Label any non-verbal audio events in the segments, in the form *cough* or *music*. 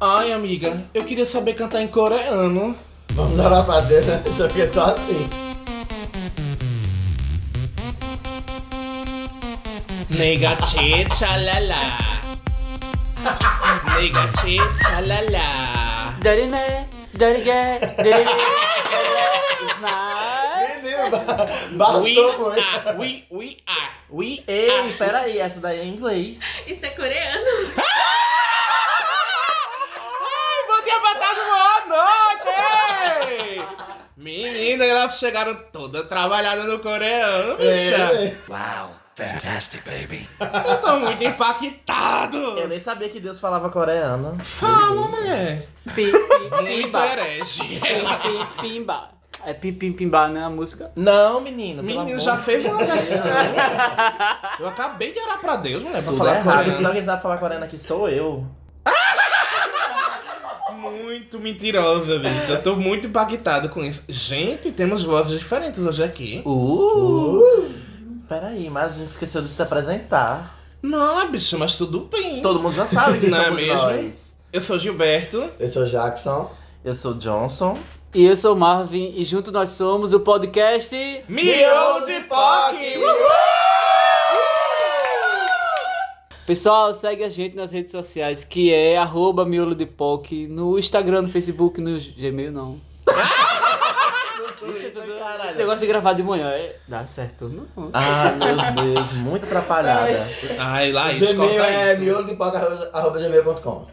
Ai, amiga, eu queria saber cantar em coreano. Vamos orar pra Deus, né? Só que é só assim. Nega tchê, tchalala. Nega tchê, tchalala. Dorime, dorige, dorime, smile. Menino, ba- We baixou muito. are, we, we are, we Ei, are. peraí, essa daí é em inglês. Isso é coreano. Ai, bom dia, tá boa tarde, boa noite! Menina, elas chegaram toda trabalhada no coreano, bicha. É, É. Eu tô muito impactado. Eu nem sabia que Deus falava coreano. Fala, mulher. Pim, pim, Muito pimba. herege. Pim, pim, pimba. É pim, pim, pimba, não é a música? Não, menino. pelo Menino, amor já de fez uma Deus. versão. Eu acabei de orar pra Deus, mulher, pra Tudo falar errado. coreano. Só quem sabe falar coreano aqui sou eu. Muito mentirosa, bicho. Eu tô muito impactado com isso. Gente, temos vozes diferentes hoje aqui. Uh! Peraí, mas a gente esqueceu de se apresentar. Não, bicho, mas tudo bem. Todo mundo já sabe que Não é somos mesmo? nós. Eu sou Gilberto. Eu sou o Jackson. Eu sou o Johnson. E eu sou o Marvin e junto nós somos o podcast. Miou de POC! Pessoal, segue a gente nas redes sociais, que é arroba miolo de POC, no Instagram, no Facebook, no Gmail, não. Isso é tudo- Esse negócio de gravar de manhã, é- dá certo, não. Ah, meu Deus, muito atrapalhada. Ai, Laís, Gmail corta é isso. miolodipoca.gmail.com.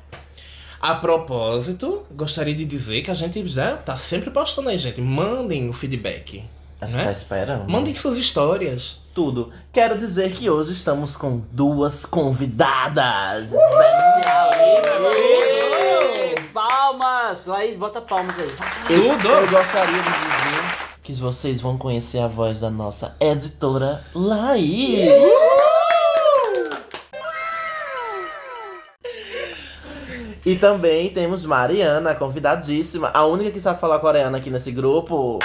A propósito, gostaria de dizer que a gente já tá sempre postando aí, gente. Mandem o feedback. Você Né? tá esperando? Mandem suas histórias. tudo. Quero dizer que hoje estamos com duas convidadas especiais. Ê, Palmas! Laís, bota palmas aí. Tudo! Eu gostaria de dizer que vocês vão conhecer a voz da nossa editora Laís. né? E também temos Mariana, convidadíssima, a única que sabe falar coreano aqui nesse grupo.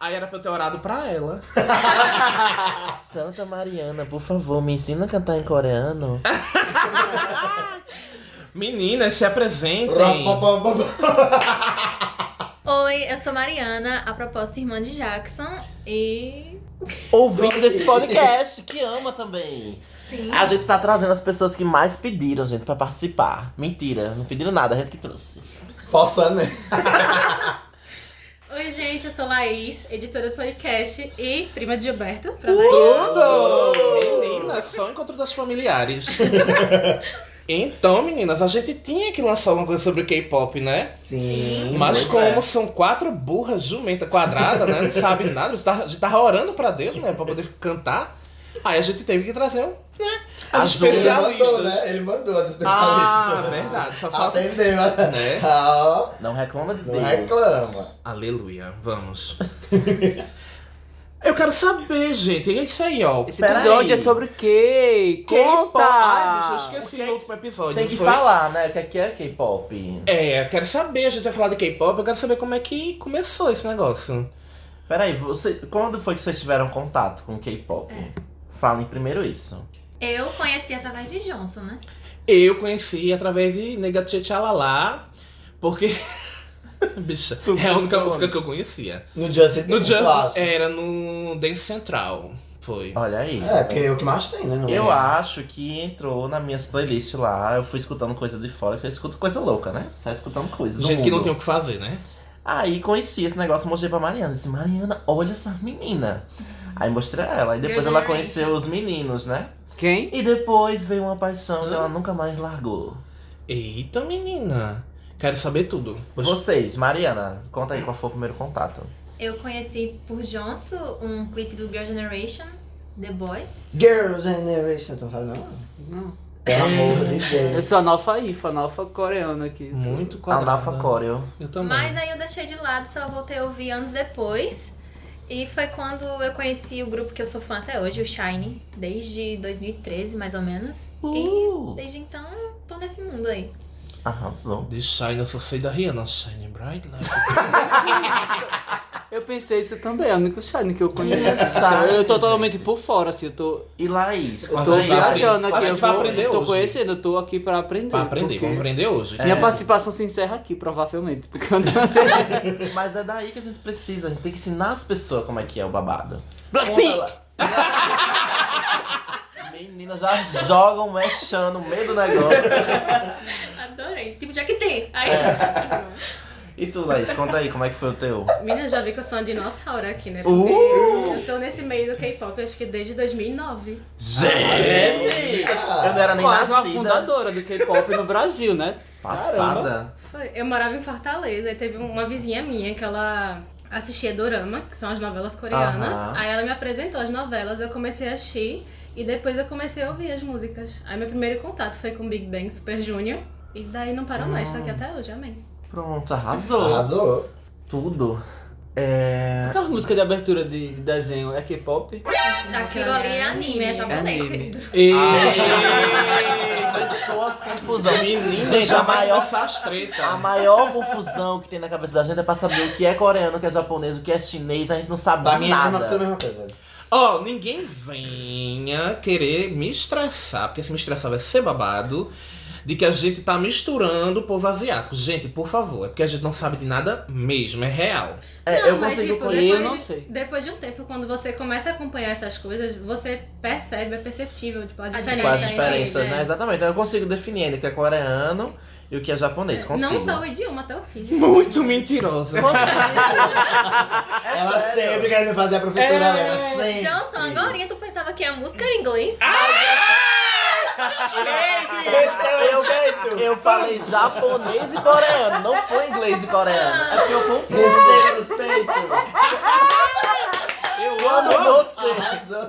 Aí era pra eu ter orado pra ela. Santa Mariana, por favor, me ensina a cantar em coreano. Meninas, se apresentem. Rapapapapá. Oi, eu sou Mariana, a proposta irmã de Jackson e. Ouvinte desse podcast, que ama também. Sim. A gente tá trazendo as pessoas que mais pediram, gente, pra participar. Mentira, não pediram nada, a gente que trouxe. Forçando, né? Oi, gente, eu sou Laís, editora do podcast e prima de Gilberto. pra Tudo! Meninas, é só encontro das familiares. então, meninas, a gente tinha que lançar uma coisa sobre K-pop, né? Sim. Mas pois como é. são quatro burras jumenta quadrada, né? Não sabe nada, a gente tava- a gente tava orando pra Deus, né? Pra poder cantar. Aí a gente teve que trazer, um, né? A As Juma Ele mandou, especialistas. né? Ele mandou as especialistas. Ah, verdade. Só falta. Atendeu, né? Né? Ah, ó. Não reclama de Não Deus. reclama. Aleluia, vamos. Eu quero saber, gente. É isso aí, ó. Esse Peraí. episódio é sobre o quê? K-pop. Conta! Ai, bicho, eu esqueci no último episódio. Tem não que foi? falar, né? O que aqui é K-pop. É, eu quero saber, a gente vai falar de K-pop, eu quero saber como é que começou esse negócio. Peraí, você, quando foi que vocês tiveram contato com K-pop? Falem primeiro isso. Eu conheci através de Johnson, né? Eu conheci através de Nega Tchalala, porque. *laughs* Bicha, Tu É é a única pensou, música né? que eu conhecia. No Just It No um é. Dance, eu Just acho. era no Dance Central. Foi. Olha aí. É, porque é o que mais tem, né? Não Eu é? acho que entrou nas minhas playlists lá, eu fui escutando coisa de fora, eu escuto coisa louca, né? Sai escutando coisa. do gente que não mundo. tem o que fazer, né? Aí conheci esse negócio, mostrei pra Mariana. Disse, Mariana, olha essa menina. Aí mostrei a ela. E depois Girl ela Generation. conheceu os meninos, né? Quem? E depois veio uma paixão que ela nunca mais largou. Eita, menina. Quero saber tudo. Vocês, Mariana, conta aí qual foi o primeiro contato. Eu conheci por Johnson um clipe do Girl Generation, The Boys. Girl Generation, tu não sabe não? Não. Pelo amor de Eu Deus. sou analfa infa, analfa coreano aqui. Muito quadrada. Analfa Coreo. Eu também. Mas aí eu deixei de lado, só voltei a ouvir anos depois. E foi quando eu conheci o grupo que eu sou fã até hoje, o Shine, desde 2013, mais ou menos. E Uh, desde então, tô nesse mundo aí. arrasou. *laughs* De Shine, eu só sei da Rihanna. Shine bright light. Eu pensei isso também, é o único Shine que *laughs* eu conheço. Exato, eu tô gente. totalmente por fora, assim, eu tô. E Laís, Eu quando tô Laís. viajando aqui, Acho que eu vai vou- aprender tô hoje. conhecendo, eu tô aqui pra aprender. Pra aprender, porque vamos aprender hoje. Minha É. participação se encerra aqui, provavelmente. Porque eu não... Mas é daí que a gente precisa, a gente tem que ensinar as pessoas como é que é o babado. Blackpink! *laughs* Meninas já jogam mexendo no meio do negócio. Adorei. Tipo, já que tem. Aí... E tu, Laís, conta aí como é que foi o teu. Menina, já vi que eu sou uma dinossauro aqui, né? Porque Uh! Eu tô Então, nesse meio do K-pop, acho que desde 2009. Gente! Eu Ah, não Tá era nem Quase uma nascida. fundadora do K-pop no Brasil, né? Passada. Foi- Eu morava em Fortaleza e teve um, uma vizinha minha que ela assistia Dorama, que são as novelas coreanas. Aham. Aí ela me apresentou as novelas, eu comecei a assistir e depois eu comecei a ouvir as músicas. Aí meu primeiro contato foi com Big Bang Super Junior. E daí não parou mais, tá aqui até hoje, amém. Pronto, arrasou. Arrasou. Tudo. É. Aquela música de abertura de, de desenho é K-pop? Aquilo ali é anime, é japonês, anime. querido. Ah. Pessoas confusão. Menina, Gente, já a vai maior, começar as tretas. a maior confusão que tem na cabeça da gente é pra saber o que é coreano, o que é japonês, o que é chinês, a gente não sabe Pra mim é a mesma- tudo a nada. mesma coisa. Ó, ninguém venha querer me estressar, porque se me estressar vai ser babado, de que a gente tá misturando o povo asiático. Gente, por favor, é porque a gente não sabe de nada mesmo, é real. É, Não, eu mas, consigo tipo, conhecer. Eu depois não de- sei. Depois de um tempo, quando você começa a acompanhar essas coisas, você percebe, é perceptível, tipo, a diferença. Com as né? diferenças, Né? né? Exatamente. Então eu consigo definir ainda o que é coreano e o que é japonês. Consigo. Não só o idioma, até o físico. Muito mentirosa. ela sempre querendo fazer a professora dela, sempre. *laughs* Johnson, agora tu pensava que a música era em inglês? Esse é o jeito. Eu falei japonês e coreano, não foi inglês e coreano. É porque eu confundo. Esse é o jeito. Eu amo você. Arrasou.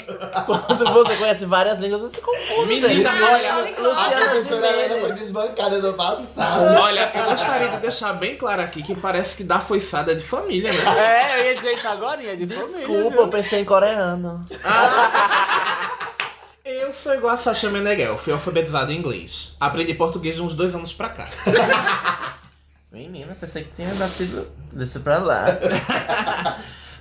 Quando você conhece várias línguas, você se confunde. Menina, é gente. olha, A Luciana professora Helena foi Gimenez. desbancada no passado. Olha, eu gostaria de deixar bem claro aqui que parece que dar foiçada é de família, né? É, eu ia dizer isso agora, ia de Desculpa, eu pensei em coreano. Eu sou igual a Sasha Meneghel, fui alfabetizado em inglês. Aprendi português de uns dois anos pra cá. Menina, pensei que tinha nascido. Deixa pra lá.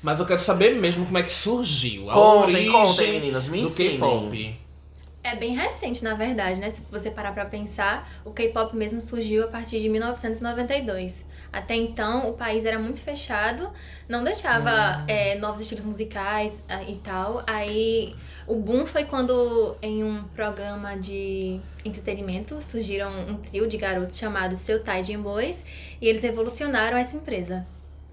Mas eu quero saber mesmo como é que surgiu a Contem, origem contem, meninas. Me do ensinem. K-pop. É bem recente, na verdade, né? Se você parar pra pensar, o K-pop mesmo surgiu a partir de 1992. Até então, o país era muito fechado, não deixava é, novos estilos musicais ah, e tal. Aí, o boom foi quando, em um programa de entretenimento, surgiram um trio de garotos chamado Seu Taijin Boys e eles revolucionaram essa empresa.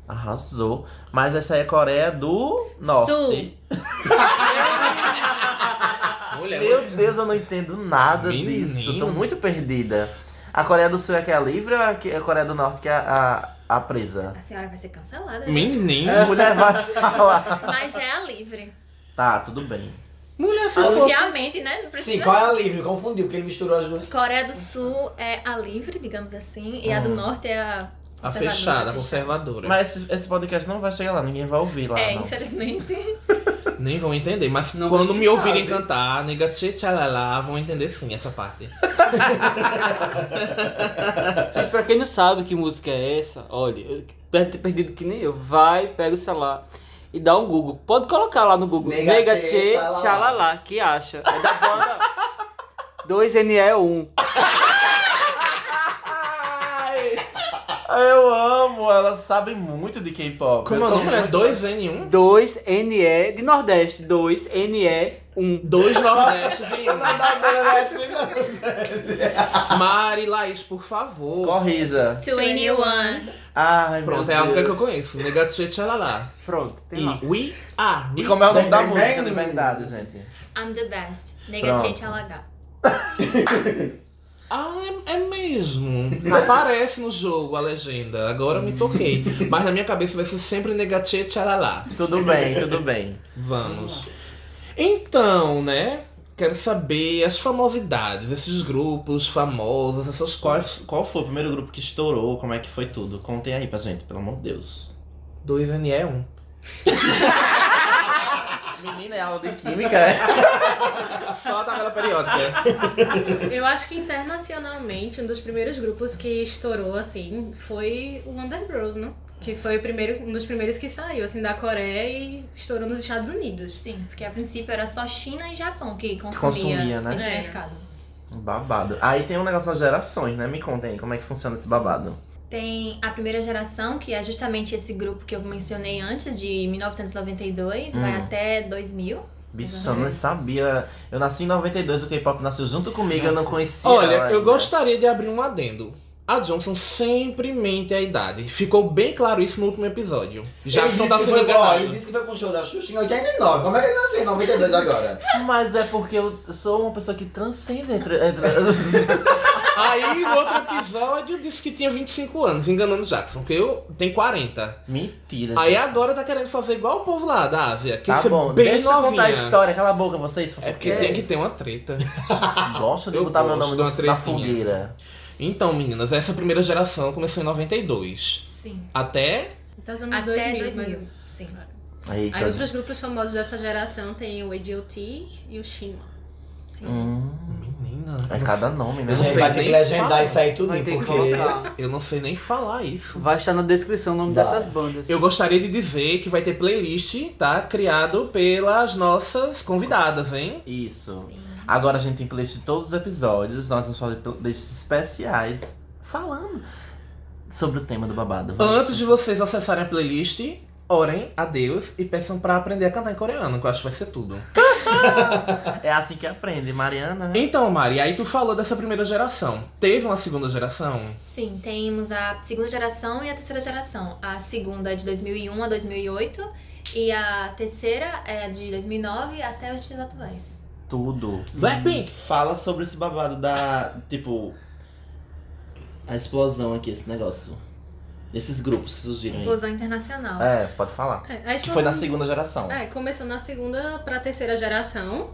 Arrasou. Mas essa aí é Coreia do Norte. Sul. Mulher, Meu Deus, eu não entendo nada Menino. disso. Tô muito perdida. A Coreia do Sul é que é a livre ou é que- a Coreia do Norte que é a, a, a presa? A senhora vai ser cancelada. né? menina. Mulher vai *laughs* falar. Mas é a livre. Tá, tudo bem. Mulher, se eu fosse Obviamente, né? Não precisa. Sim, qual é a livre? Confundiu, porque ele misturou as *laughs* duas. Coreia do Sul é a livre, digamos assim, e a do Hum. Norte é a. a conservadora, fechada, a fechada. conservadora. Mas esse, esse podcast não vai chegar lá, ninguém vai ouvir lá. é, não. infelizmente. Nem vão entender, mas Não quando se me ouvirem sabe. cantar, nega tchê tchalalá, vão entender sim essa parte. Gente, pra quem não sabe que música é essa, olha, eu deve ter perdido que nem eu. Vai, pega o celular e dá um Google. Pode colocar lá no Google. Nega Nega Tchê, Tchê, Tchalalá. Tchalalá, que acha? É da banda 2NE1. Eu amo, ela sabe muito de K-pop. Como é eu o tô nome? É muito- *laughs* 2N1? 2NE de Nordeste, 2NE1. Dois Nordestes em Não um. dá pra ler assim, não. Mari, Laís, por favor. Corrija. 21. Ai, Pronto, meu é a única Deus. que eu conheço. Nega tchê tchalalá. Pronto, tem E lá. we are. E como é o nome da Bang, bang, música de bang. verdade, gente? I'm the best. Nega Pronto. Change Alaga. Ah, é, é mesmo. Aparece no jogo a legenda. Agora eu me toquei. Mas na minha cabeça vai ser sempre nega tchê tchalalá. Tudo bem, tudo bem. Vamos. Então, né? Quero saber as famosidades, esses grupos famosos, essas *laughs* Qual, coisas. qual foi o primeiro grupo que estourou? Como é que foi tudo? Contem aí pra gente, pelo amor de Deus. 2NE1. Menina, é aula de química, é? Só a tabela *laughs* periódica. Eu acho que internacionalmente, um dos primeiros grupos que estourou, assim, foi o Wonder Bros, não? Que foi o primeiro, um dos primeiros que saiu, assim, da Coreia e estourou nos Estados Unidos. Sim, porque a princípio era só China e Japão que consumia, Consumia, né? esse É. mercado. Babado. Aí tem um negócio das gerações, né? Me contem aí como é que funciona esse babado. Tem a primeira geração, que é justamente esse grupo que eu mencionei antes, de 1992, vai Hum. até 2000. Bicho, eu não sabia. Eu nasci em 92, o K-pop nasceu junto comigo, eu não conhecia. Olha, ela eu ainda. gostaria de abrir um adendo. A Johnson sempre mente a idade. Ficou bem claro isso no último episódio. Jackson ele tá disse que sendo foi pro- ó, Ele enganado. disse que foi pro show da Xuxa em 89. Como é que ele nasceu em 92 agora? Mas é porque eu sou uma pessoa que transcende entre. *laughs* entre... Aí, no outro episódio, disse que tinha 25 anos, enganando Jackson, porque eu tenho 40. Mentira. Aí agora tá querendo fazer igual o povo lá da Ásia, que Uhum. Tá isso é bom, bem deixa eu contar a novinha. história, cala a boca vocês. É porque fofoqueiros. tem que ter uma treta. Gosta de Eu botar meu gosto nome de uma no- na tretinha. fogueira. Então, meninas, essa primeira geração começou em 92. Sim. Até. Então, os anos Até 2000. mas- 2000. Sim. Eita. Aí, outros grupos famosos dessa geração tem o AGOT e o Shinwa. Sim. Hum, Menina. é eu cada nome, né? Eu não Gente, sei vai ter que nem legendar falar. isso aí tudo, Vai ter que porque. colocar. não- Eu não sei nem falar isso. Vai estar na descrição o nome Vai. dessas bandas. Eu gostaria de dizer que vai ter playlist, tá? Criado pelas nossas convidadas, hein? Isso. Sim. Agora a gente tem playlist de todos os episódios, nós vamos fazer playlists especiais falando sobre o tema do babado. Antes de vocês acessarem a playlist, orem a Deus e peçam pra aprender a cantar em coreano, que eu acho que vai ser tudo. É assim que aprende, Mariana. né? Então, Mari, aí tu falou dessa primeira geração. Teve uma segunda geração? Sim, temos a segunda geração e a terceira geração. A segunda é de 2001 a 2008 e a terceira é de 2009 até os dias atuais. Tudo. Blackpink! Uhum. Fala sobre esse babado da. Tipo. A explosão aqui, esse negócio. Desses grupos que surgiram aí. Explosão internacional. É, pode falar. É, a Que foi na explosão- segunda geração. É, começou na segunda pra terceira geração,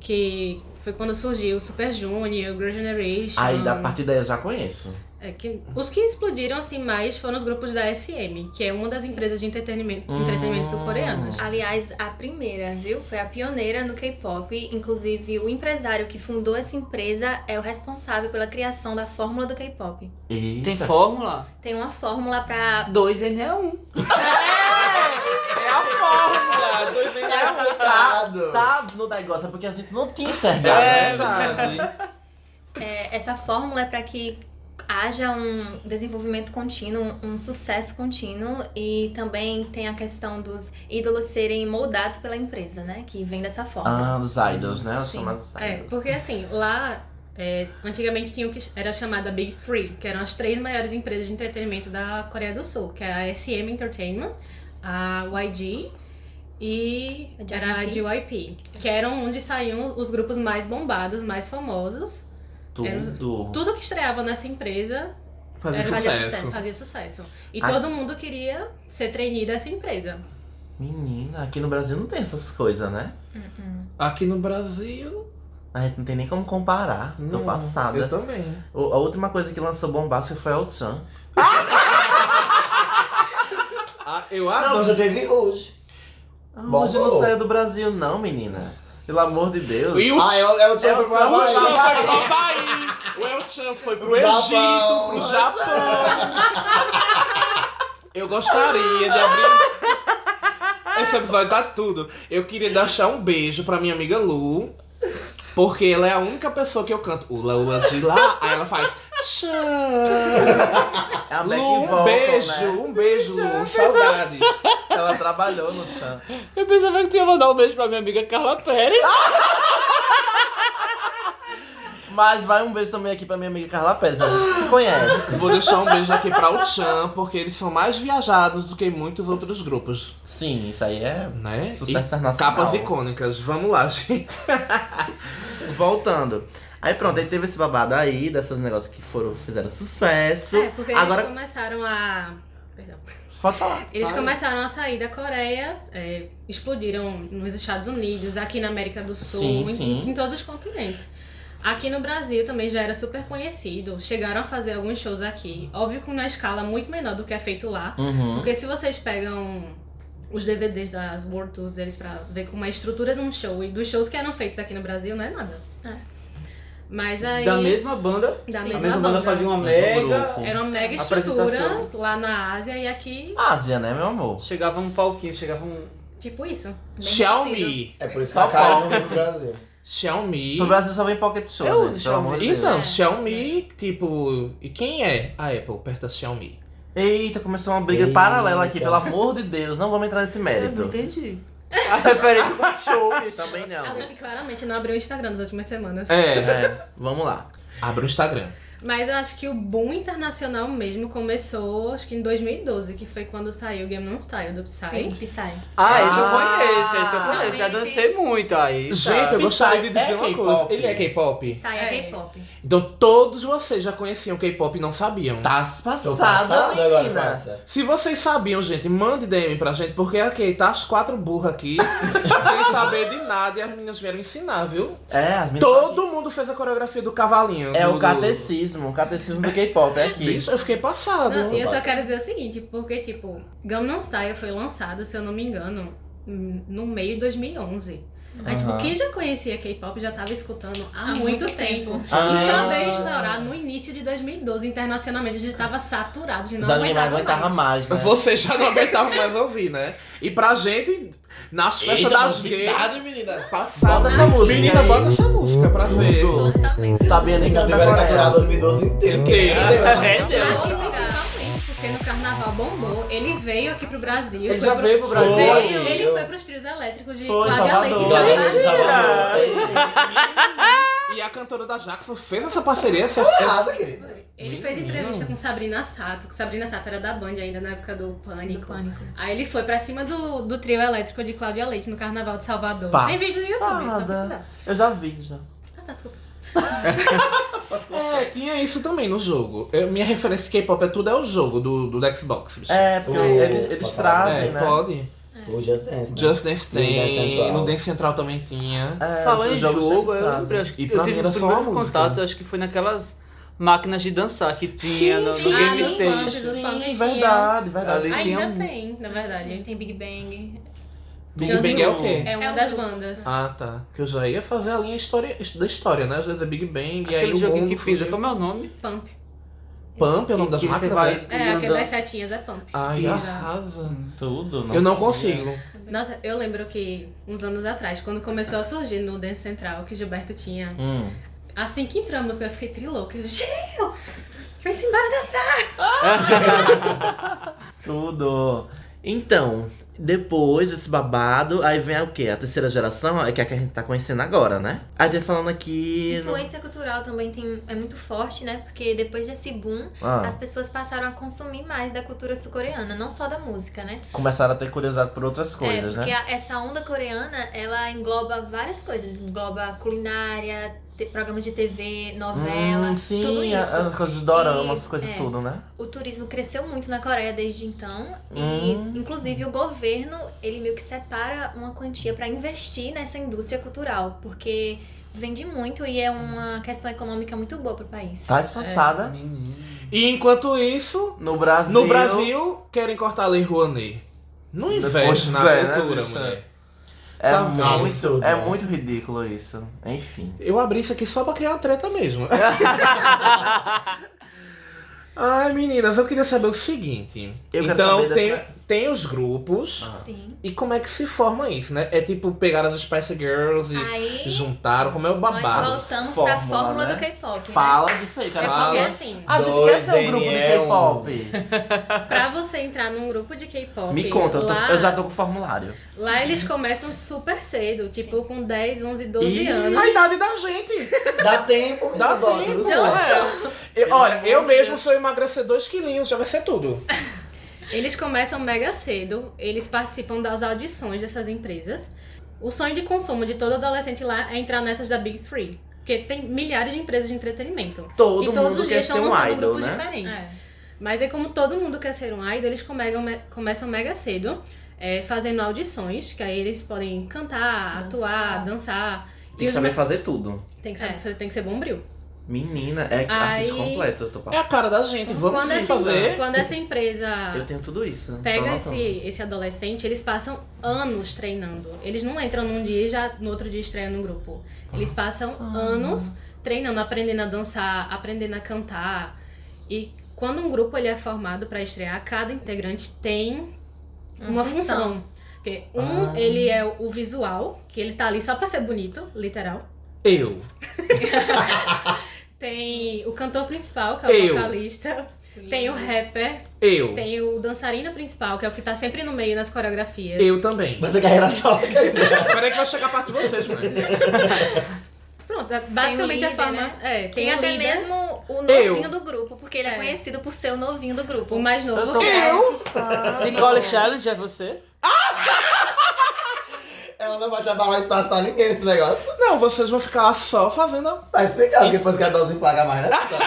que foi quando surgiu o Super Junior, o Girl Generation. Aí, da partir daí eu já conheço. É, que, os que explodiram assim mais foram os grupos da SM, que é uma das empresas de entretenimento, Hum. entretenimento sul-coreanas. Aliás, a primeira, viu? Foi a pioneira no K-pop. Inclusive, o empresário que fundou essa empresa é o responsável pela criação da fórmula do K-pop. Eita. Tem fórmula? Tem uma fórmula pra. 2 N é 1. É a fórmula! Dois bem explicado. Tá no negócio, é porque a gente não tinha enxergado. É né? verdade. é, essa fórmula é pra que haja um desenvolvimento contínuo, um sucesso contínuo e também tem a questão dos ídolos serem moldados pela empresa, né? Que vem dessa fórmula. Ah, dos idols, né? Os Sim. chamados idols. É, porque assim, lá é, antigamente tinha o que era chamada Big Three, que eram as três maiores empresas de entretenimento da Coreia do Sul, que é a SM Entertainment, a YG e A JYP. era a JYP, que eram onde saíam os grupos mais bombados, mais famosos. Tudo. Tudo que estreava nessa empresa Fazer Era fazer sucesso. sucesso. fazia sucesso. E Ai. todo mundo queria ser trainee dessa empresa. Menina, aqui no Brasil não tem essas coisas, né? Uhum. Aqui no Brasil. A gente não tem nem como comparar. Tô não. passada. Eu também. O- a última coisa que lançou bombástica foi a Chan. Ah, eu Não, adoro. mas eu teve hoje. Bom, Ah, Hoje não bom. saiu do Brasil, não, menina. Pelo amor de Deus. E o Ah, eu, eu tinha O procurado. El Chan foi pro Havaí, o El Chan foi pro Egito, Japão. pro Japão. Eu gostaria de abrir. Esse episódio tá tudo. Eu queria deixar um beijo pra minha amiga Lu, porque ela é a única pessoa que eu canto ula ula de lá, aí ela faz. Tchan. É a Lu, Beck um Vocal, beijo, né? um beijo, Lu, saudade. Ela trabalhou no Chan. Eu pensava que tu ia mandar um beijo pra minha amiga Carla Pérez. Mas vai um beijo também aqui pra minha amiga Carla Pérez. A gente se conhece. Vou deixar um beijo aqui pra o Chan, porque eles são mais viajados do que muitos outros grupos, Sim, isso aí é né? E sucesso internacional. Capas icônicas, vamos lá, gente. Voltando. Aí pronto, aí teve esse babado aí, desses negócios que foram, fizeram sucesso. É, porque Agora- eles começaram a. Perdão. Pode falar. Eles Fala. começaram a sair da Coreia, é, explodiram nos Estados Unidos, aqui na América do Sul, Sim, em, sim. em todos os continentes. Aqui no Brasil também já era super conhecido. Chegaram a fazer alguns shows aqui. Óbvio que na escala muito menor do que é feito lá. Uhum. Porque se vocês pegam os DVDs das World Tours deles pra ver como é a estrutura de um show e dos shows que eram feitos aqui no Brasil, não é nada. É. Mas aí. Da mesma banda. da Sim. mesma A mesma banda banda. fazia uma Mesmo mega. grupo. Era uma mega estrutura Apresentação. lá na Ásia e aqui, Ásia, né, meu amor? Chegava um palquinho, chegava um. *laughs* tipo isso. Bem parecido. Xiaomi. É por isso que Só a cara não veio pro Brasil. Xiaomi. No Brasil só vem pocket show, Eu gente, uso pelo amor de Deus. Então, É. Xiaomi, tipo. E quem é a Apple perto da Xiaomi? Eita, começou uma briga Eita. paralela aqui, pelo amor de Deus. Não vamos entrar nesse mérito. Eu não entendi. A referência do show, bicho. Também A não. né? Luffy claramente não abriu o Instagram nas últimas semanas. É. É, vamos lá. Abre o Instagram. Mas eu acho que o boom internacional mesmo começou, acho que em 2012, que foi quando saiu o Gangnam Style do Psy. Sim, Psy. Ah, esse eu Ah. conheço, esse eu conheço. Já dancei muito aí. tá? Gente, eu gostaria de Psy Então, dizer é uma K-pop. coisa. Ele é K-pop? Psy é, É. K-pop. Então todos vocês já conheciam K-pop e não sabiam. Tá Tô passada, passado agora, menina. passa. Se vocês sabiam, gente, mande DM pra gente, porque aqui tá as quatro burras aqui, *laughs* sem saber de nada, e as meninas vieram ensinar, viu? É, as meninas- Todo mundo fez a coreografia do cavalinho. É do- o do- catecismo, o catecismo do K-pop, é aqui. Bicho, eu fiquei passado. Não, Ah, e eu só Passa. quero dizer o seguinte, porque, tipo, Gangnam Style foi lançado, se eu não me engano, hum, no meio de 2011. Aí, tipo, Aham. quem já conhecia K-pop já tava escutando há, Há muito muito tempo. tempo. Ah. E só veio estourar no início de 2012, internacionalmente, a gente tava saturado, a gente não Já ninguém mais aguentava, aguentava mais. mais, né? Você já não aguentava mais ouvir, né? E pra gente, nas festas das gays, novidade, menina. passada. Bota essa música Menina, aí. bota essa música pra ver. Tudo. Então, Lançamento. Sabia nem Então cantar tiveram que aturar Coreia. 2012 inteiro. porque Inteiro. meu Deus, É, Eu Deus. acho que principalmente porque no carnaval bombou, ele veio aqui pro Brasil. Ele foi já pro- veio pro Brasil. assim, Veio, Foi. ele foi pros trios elétricos de Foi, Cláudia Leite. Salvador. em Cláudia Leite, Salvador. Salvador, fez- E a cantora da Jackson fez essa parceria. Essa... Arrasa, querida. Ele fez entrevista com Sabrina Sato, que Sabrina Sato era da Band ainda na época do Pânico. Do pânico. Aí ele foi pra cima do, do trio elétrico de Cláudia Leite no Carnaval de Salvador. Passada. Tem vídeo no YouTube, é só pesquisar. Eu já vi, já. Ah, tá, desculpa. É, tinha isso também no jogo. Eu- minha referência de K-pop é tudo é o jogo do, do Xbox. bicho. É, porque O- eles, eles Pode falar. trazem, É, né? pode. O Just Dance. né? Just Dance No Dance tem, Central. no Dance Central também tinha. É, Falando os em jogos jogo, sempre eu trazem. lembrei, acho que E eu pra tive mim era o só primeiro uma música. contato, acho que foi naquelas máquinas de dançar que tinha no, no sim, Game sim. Stage. Dos Sim, Palmeiras. verdade, verdade. Ali- Ele tem Ainda um- tem, na verdade. Tem Big Bang. Big Just Bang é o quê? É uma É um das grupo. bandas. Ah, tá. Que eu já ia fazer a linha história, da história, né? Às vezes é Big Bang e aí Aquele o joguinho que mundo pisa, surgiu. como é o nome? Pump. Pump é o nome Que- das que você máquinas, vai né? É, aquele andando. das setinhas é Pump. Ai, Pira. arrasa. Tudo. Eu não sabia. consigo. Nossa, eu lembro que uns anos atrás, quando começou a surgir no Dance Central, que Gilberto tinha. Hum. Assim que entrou a música, eu fiquei trilouca. Eu, Gil! Foi-se embora dançar! né? Tudo. Então, depois desse babado, aí vem o quê? A terceira geração, é que é a que a gente tá conhecendo agora, né? Aí tem falando aqui. no- Influência cultural também tem, é muito forte, né? Porque depois desse boom, Ah, as pessoas passaram a consumir mais da cultura sul-coreana, não só da música, né? começaram a ter curiosidade por outras coisas, é, porque né? a- essa onda coreana, ela engloba várias coisas. Engloba culinária, te- programas de TV, novela, Hum, sim, tudo isso. a- a coisa de dorama, E- essas coisas é. tudo, né? O turismo cresceu muito na Coreia desde então. Hum. E, inclusive, o governo, ele meio que separa uma quantia para investir nessa indústria cultural. Porque vende muito e é uma questão econômica muito boa pro país. Tá espaçada. E enquanto isso, No Brasil. no Brasil, querem cortar a Lei Rouanet. Não investe Pois na é, né, cultura, bicho? mulher. É, Tá muito, vendo? Absurdo, é né? muito ridículo isso. Enfim. Eu abri isso aqui só pra criar uma treta *laughs* mesmo. Ai, meninas, eu queria saber o seguinte. Eu quero então, saber tem, dessa- Ah. tem os grupos. Sim. E como é que se forma isso, né? É tipo pegar as Spice Girls e Aí, juntaram, como é o nós babado. voltamos Fórmula, pra fórmula né? do K-pop, né? Fala disso aí, É cara. Fala. porque Fala. assim, A gente Dois quer ser um grupo de NL. K-pop. pra você entrar num grupo de K-pop, Me conta, eu, tô- lá, eu já tô com o formulário. lá eles começam super cedo, tipo com 10, 11, 12 Ih, anos. A idade da gente! Dá tempo, Dá dá bom, tempo. tudo Não, certo. Eu- Pelo olha, amor eu de mesmo Deus. sou emagrecer 2 quilinhos, já vai ser tudo. Eles começam mega cedo, eles participam das audições dessas empresas. O sonho de consumo de todo adolescente lá é entrar nessas da Big Three. Porque tem milhares de empresas de entretenimento. Todo que todos mundo os quer dias ser estão um lançando idol, grupos né? diferentes. É. Mas é como todo mundo quer ser um idol, eles comegam- me- começam mega cedo, é, fazendo audições, que aí eles podem cantar, Dançar. atuar, dançar. Tem E que os saber me- fazer tudo. Tem que saber, É. você tem que ser bom bril. Menina, é artista Aí- completo, eu tô É a passando. cara da gente, vamos assim Quando é sim essa, fazer. quando essa empresa Eu tenho tudo isso. então tô pega anotando. esse, esse adolescente, eles passam anos treinando. Eles não entram num dia e já no outro dia estreiam no grupo. Eles passam Passada. anos treinando, aprendendo a dançar, aprendendo a cantar. E quando um grupo ele é formado para estrear, cada integrante tem uma função. Porque um, Ah. ele é o visual, que ele tá ali só pra ser bonito, literal. Eu. Tem o cantor principal, que é o Eu. vocalista. Tem o rapper. Eu. Tem o dançarino principal, que é o que tá sempre no meio nas coreografias. Eu também. Mas a carreira solo, cara. Peraí que vai chegar a parte de vocês, mano. Pronto, é basicamente Tem o a líder, né? forma. É, tem, Tem, um o até líder, mesmo o novinho Eu. do grupo, porque ele é, É. conhecido por ser o novinho do grupo. o mais novo. que é- Eu? *laughs* Nicole Challenge é você? Ela não vai separar espaço pra ninguém nesse negócio. Não, vocês vão ficar lá só fazendo. Tá explicado que depois que a dose não paga *laughs* mais, né? pessoal?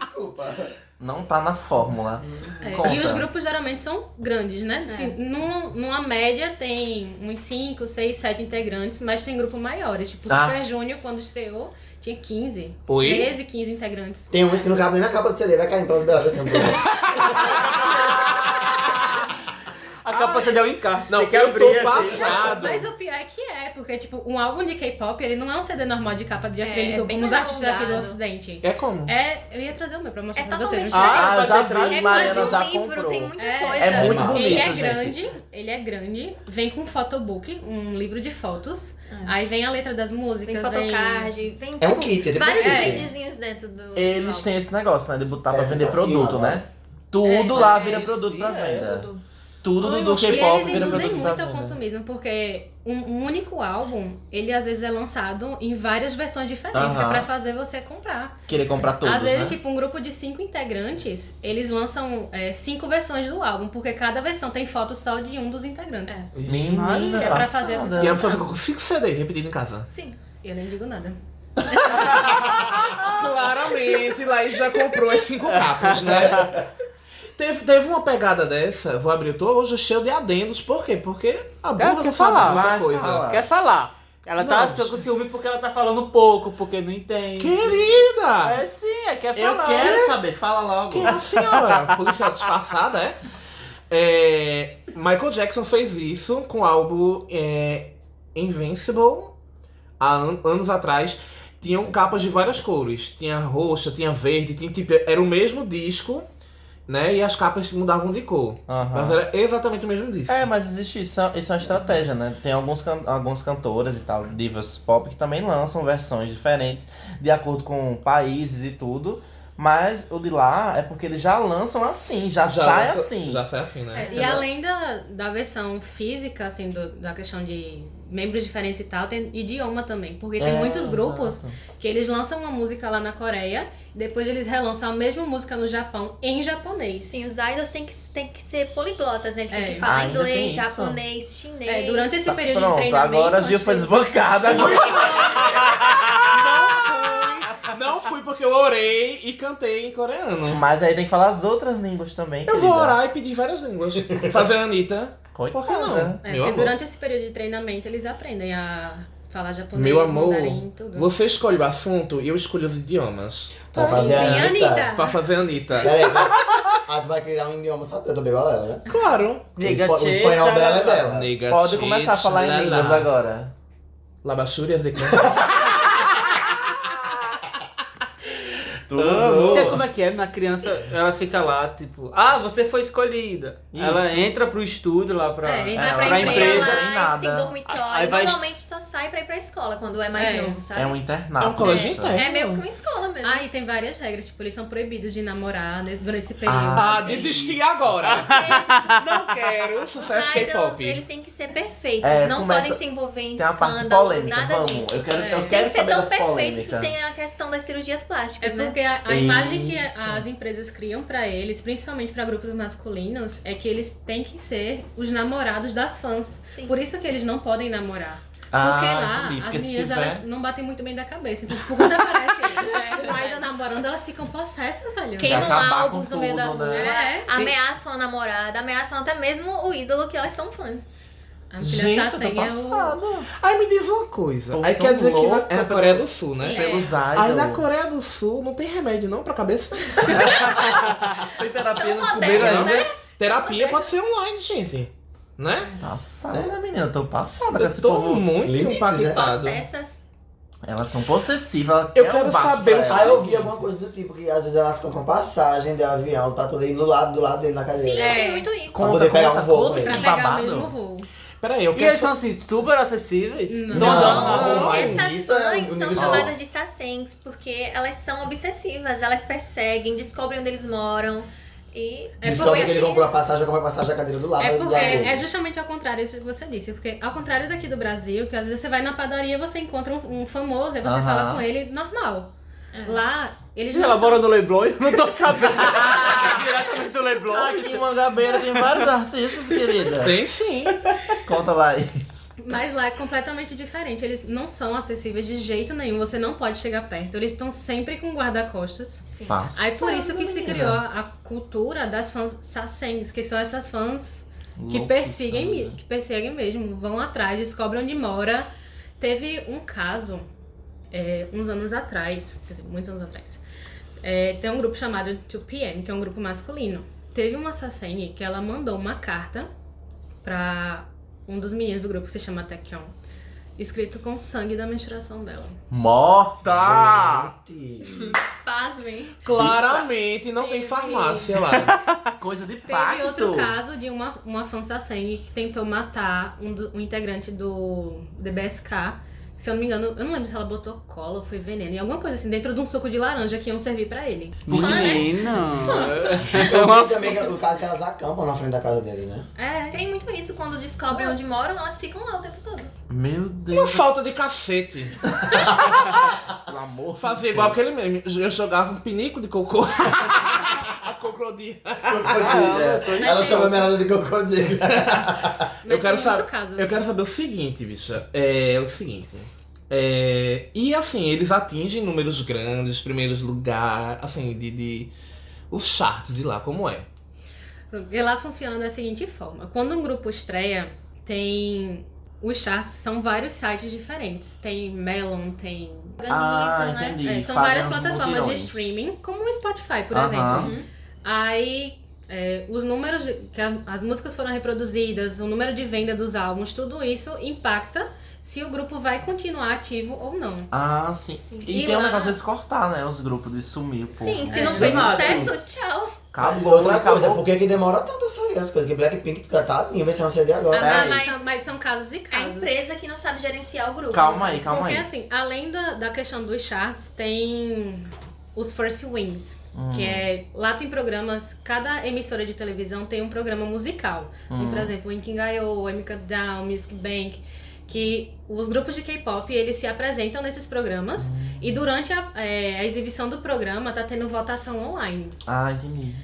Desculpa. Não tá na fórmula. É, Conta. e os grupos geralmente são grandes, né? É. Assim, num- numa média tem uns 5, 6, 7 integrantes, mas tem grupos maiores. Tipo, o Ah. Super Junior, quando estreou, tinha 15. Oi? 13, 15 integrantes. Tem uns que não cabem nem na capa do CD, vai cair em pausa beirada assim. A capa você deu um encarte, Não, você quer eu abrir tô assim. passado. Mas o pior é que é, porque, tipo, um álbum de K-pop, ele não é um CD normal de capa de É, acrílico, é bem como os mais artistas aqui do alongado. Ocidente. É como? É, eu ia trazer o meu pra mostrar É pra vocês. totalmente não sei. diferente. Ah, Pode já entrar. vi, É Mariana quase um já livro, comprou. tem muita É. coisa. É muito Ele bonito, Ele é gente. grande, ele é grande, vem com photobook, um livro de fotos. Aí vem a letra das músicas, Ah. Vem photocard, vem É um tipo, kit, ele vários É. brindezinhos dentro do. Eles têm esse negócio, né? De botar pra É, vender vacila, produto, né? né? Tudo É, lá é vira isso, produto pra é, venda. tudo. Tudo Ai, do, do não sei. E K-pop eles vira induzem produto pra muito ao venda. consumismo, porque um, um único álbum, ele às vezes é lançado em várias versões diferentes, que é Aham. pra fazer você comprar. Querer comprar todos, às vezes, né? tipo, um grupo de cinco integrantes, eles lançam é, cinco versões do álbum, porque cada versão tem foto só de um dos integrantes. É. Menina, tá Que é pra fazer a passada. E a pessoa ficou com 5 CDs repetindo em casa. Sim. Eu nem digo nada. Ah, Claramente, Laís já comprou as 5 capas, né? Teve, teve uma pegada dessa, vou abrir o tô hoje cheio de adendos. Por quê? Porque É a burra quer não sabe falar. muita Vai coisa. falar. Quer falar. Ela tá Não, com ciúme porque ela tá falando pouco, porque não entende. Querida! É sim, é quer Eu falar. quero saber, fala logo. Quem é a senhora? Policial disfarçada, é? É, Michael Jackson fez isso com o álbum é, Invincible há an- anos atrás. Tinham capas de várias cores. Tinha roxa, tinha verde, tinha tipo. Era o mesmo disco, né? E as capas mudavam de cor. Aham. Mas era exatamente o mesmo disco. É, mas existe isso, é- isso é uma estratégia, né? Tem alguns, can alguns cantores e tal, divas pop, que também lançam versões diferentes de acordo com países e tudo. Mas o de lá é porque eles já lançam assim, já, sai lança- assim. Já sai assim, né? É, e Entendeu? além da, da versão física, assim, do- da questão de membros diferentes e tal, tem idioma também. Porque tem É, muitos grupos exato. que eles lançam uma música lá na Coreia, depois eles relançam a mesma música no Japão em japonês. Sim, os idols têm que, têm que ser poliglotas, né? Eles têm É. que falar Ah, ainda tem inglês, isso? japonês, chinês. É, *laughs* durante esse Tá, período de Pronto, treinamento. agora a Gil antes foi desbancada. é, Não fui porque eu orei e cantei em coreano. mas aí tem que falar as outras línguas também. Eu vou querida. orar e pedir em várias línguas. Fazer a Anitta. Coitada. Por que não? É, Meu porque amor. durante esse período de treinamento eles aprendem a falar japonês, Meu amor, mandarim, tudo. Você escolhe o assunto e eu escolho os idiomas. Pra fazer Sim, a Anitta. Anitta. Pra fazer a Anitta. Peraí, vai- ah, tu vai criar um idioma só teu também, galera, né? Claro. O Nega, espa- o tchê, espanhol tcharará. dela é dela. Nega, Pode tchit, começar a falar lá, em línguas lá. agora. Labachúrias de *laughs* canto. Tudo. Você como é que é? Na criança, ela fica lá, tipo, ah, você foi escolhida. Isso. Ela entra pro estúdio lá pra. É, entra É, pra, pra empresa, empresa, lá, nem a gente tem nada. dormitório. Aí vai- Normalmente só sai pra ir pra escola quando é mais É. novo, sabe? É um internato. É um colégio isso. interno. É meio que uma escola mesmo. Ah, e tem várias regras, tipo, eles são proibidos de namorar né, durante esse período. Ah, assim. desisti agora. Não quero sucesso Os idols, K-pop. eles têm que ser perfeitos. É, não começa- podem se envolver em Tem uma parte escândalo, polêmica, nada vamos. disso. Eu quero, eu Tem quero que ser saber é tão das perfeito polêmicas. que tem a questão das cirurgias É plásticas, né? porque a, a imagem que as empresas criam pra eles, principalmente pra grupos masculinos, é que eles têm que ser os namorados das fãs. Sim. Por isso que eles não podem namorar. Ah, porque lá, entendi, porque as se meninas tiver- elas não batem muito bem da cabeça. Então, tipo, quando aparece o verdade. idol namorando, elas ficam possessas, velho. Quem- Queimam acabar com álbuns no meio da tudo, rua, né? É. ameaçam a namorada, ameaçam até mesmo o ídolo que elas são fãs. A Gente, filha eu tô Sassen é o. passada. Aí me diz uma coisa. Povo Aí são quer dizer que na, louca é na pelo- Coreia do Sul, né? É. Pelos Aí na idols. Coreia do Sul não tem remédio não pra cabeça. Tem terapia no Moderno, ainda. né? Terapia pode ser online, gente. Né? Passada, né, menina, eu tô passada com Eu esse tô povo. muito Limites, né? impactado. Possessas. Elas são possessivas. ela Eu quer quero um baço saber pra o ela. Aí eu vi alguma coisa do tipo, que às vezes elas compram passagem de avião pra poder ir no lado, do lado dele na Sim, cadeira. é. É. tem muito isso. Com- poder pegar um voo com Pra Esse pegar babado. o mesmo voo. Peraí, eu E quero. eles sa- são assim, super acessíveis? Não, Não. Não. Não, Ah, Não, mas Essas isso é fãs um são nível de- chamadas de sassens, porque elas são obsessivas, elas perseguem, descobrem onde eles moram. E É Descobre porque que ele comprou a passagem, compra a passagem da cadeira do lado. É do lado porque dele. é justamente ao contrário isso que você disse. Porque ao contrário daqui do Brasil, que às vezes você vai na padaria, você encontra um, um famoso, aí você Aham. fala com ele normal. É. Lá, eles não Ela são- mora no Leblon, eu não tô sabendo. Diretamente do Leblon. Aqui em Mangabeira tem vários artistas, querida. Tem sim. Conta lá isso. Mas lá é completamente diferente. Eles não são acessíveis de jeito nenhum. Você não pode chegar perto. Eles estão sempre com guarda-costas. Sim. Passa. Aí por isso que se criou a, a cultura das fãs sassens, que são essas fãs que Louquiça, perseguem, né? me- que perseguem mesmo, vão atrás, descobrem onde mora. Teve um caso é, uns anos atrás, quer dizer, muitos anos atrás. É, tem um grupo chamado 2PM, que é um grupo masculino. Teve uma assassine que ela mandou uma carta pra um dos meninos do grupo que se chama Taekyon, escrito com sangue da menstruação dela. Morta! Tá. Gente. Pasmem. Claramente não tem Teve- farmácia lá. Coisa de Teve pacto. outro caso de uma, uma fã Sasseng que tentou matar um, do- um integrante do DBSK. Se eu não me engano, eu não lembro se ela botou cola ou foi veneno. E alguma coisa assim, dentro de um suco de laranja que iam servir pra ele. Menina. Eu vi também o cara que elas acampam na frente da casa dele, né? É. Tem muito isso, quando descobrem onde moram, elas ficam lá o tempo todo. Meu Uma Deus. falta de cacete. *laughs* Pelo amor. Fazia igual aquele meme. Eu jogava um pinico de *laughs* cocô. a crocodilo. Crocodilha. é, Ela chamou a merda de crocodilha. Eu Mas quero, tem saber, muito caso. assim. eu quero saber o seguinte, bicha. É o seguinte. É, e assim, eles atingem números grandes, primeiros lugares, assim, de, de. Os charts de lá, como é. E lá funciona da seguinte forma: quando um grupo estreia, tem. Os charts são vários sites diferentes. Tem Melon, tem. Ah, Organizam, né? entendi. é, são Fazem várias uns plataformas mutirões. de streaming, como o Spotify, por Aham. exemplo. Uhum. Aí, é, os números de- que a- as músicas foram reproduzidas, o número de venda dos álbuns, tudo isso impacta se o grupo vai continuar ativo ou não. Ah, sim. Sim. E, E tem um lá- negócio deles cortar, né? Os grupos de sumir, pô. Sim, se É, não fez do nada. sucesso, tchau. Acabou, né? Outra acabou. coisa, por que que demora tanto a sair as coisas? Que Blackpink tá catadinha, vai ser é uma CD agora. Pera Ah, aí. mas, são- mas são casos e É A casos. empresa que não sabe gerenciar o grupo. Calma aí, calma Porque aí. assim, além da, da questão dos charts, tem os First Wins, Hum, que é. Lá tem programas, cada emissora de televisão tem um programa musical. Como, hum. por exemplo, Linkin IO, MK Down, Music Bank, que os grupos de K-pop eles se apresentam nesses programas e durante a, é, a exibição do programa tá tendo votação online. Ah, entendi.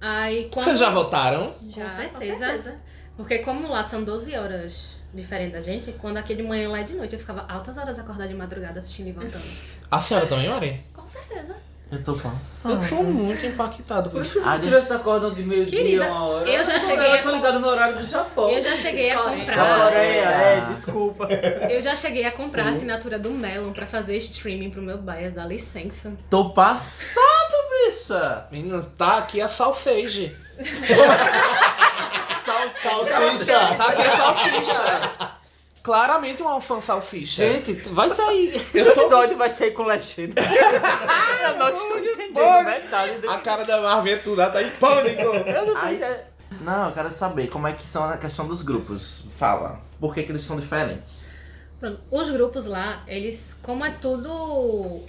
Aí quando Vocês já votaram? Já, Com certeza. porque como lá são 12 horas diferente da gente, quando aqui de manhã lá é de noite eu ficava altas horas acordada de madrugada assistindo e voltando. A senhora também, Ori? Com certeza. Eu tô Eu passando. tô muito impactado com *laughs* isso. Ah, As crianças acordam de meio-dia, Querida, uma hora. eu já Elas cheguei Elas a- são ligadas no horário do Japão. Eu *laughs* já cheguei a Coreia. Da comprar, Coreia, é, desculpa. eu já cheguei a comprar a assinatura do Melon pra fazer streaming pro meu bias da licença. tô passado, bicha. Menina, tá aqui a salseige. Salsicha! Tá aqui a salsicha. *laughs* Claramente uma fã salsicha. Gente, vai sair. Esse Eu tô- episódio vai sair com legenda. eu não estou embora. entendendo metade do... a cara da Marvel tudo, ela tá em pânico. Eu não tô Ai. entendendo. Não, eu quero saber como é que são a questão dos grupos. Fala. Por que, que eles são diferentes? Pronto, Os grupos lá, eles, como é tudo.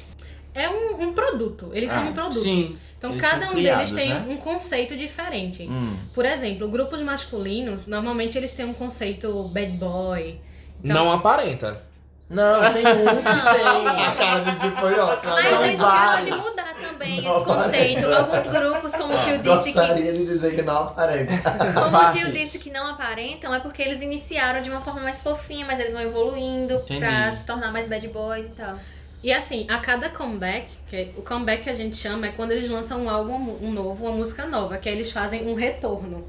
É um, um produto. Eles Ah, são um produto. Sim. Então Eles cada um são criados, deles tem né? um conceito diferente. Hum. Por exemplo, grupos masculinos, normalmente eles têm um conceito bad boy. Então- Não aparenta. Não, tem um. uns Não. A cara desse foi ó. Mas São é vários. eles acabam de mudar também Não, esse conceito. Alguns grupos, como o Gil disse que. Gostaria de dizer que não aparenta. Como o Vai. Gil disse que não aparentam, é porque eles iniciaram de uma forma mais fofinha, mas eles vão evoluindo Entendi. pra se tornar mais bad boys e tal. E assim, a cada comeback, que é- o comeback que a gente chama é quando eles lançam um álbum um novo, uma música nova, que aí eles fazem um retorno.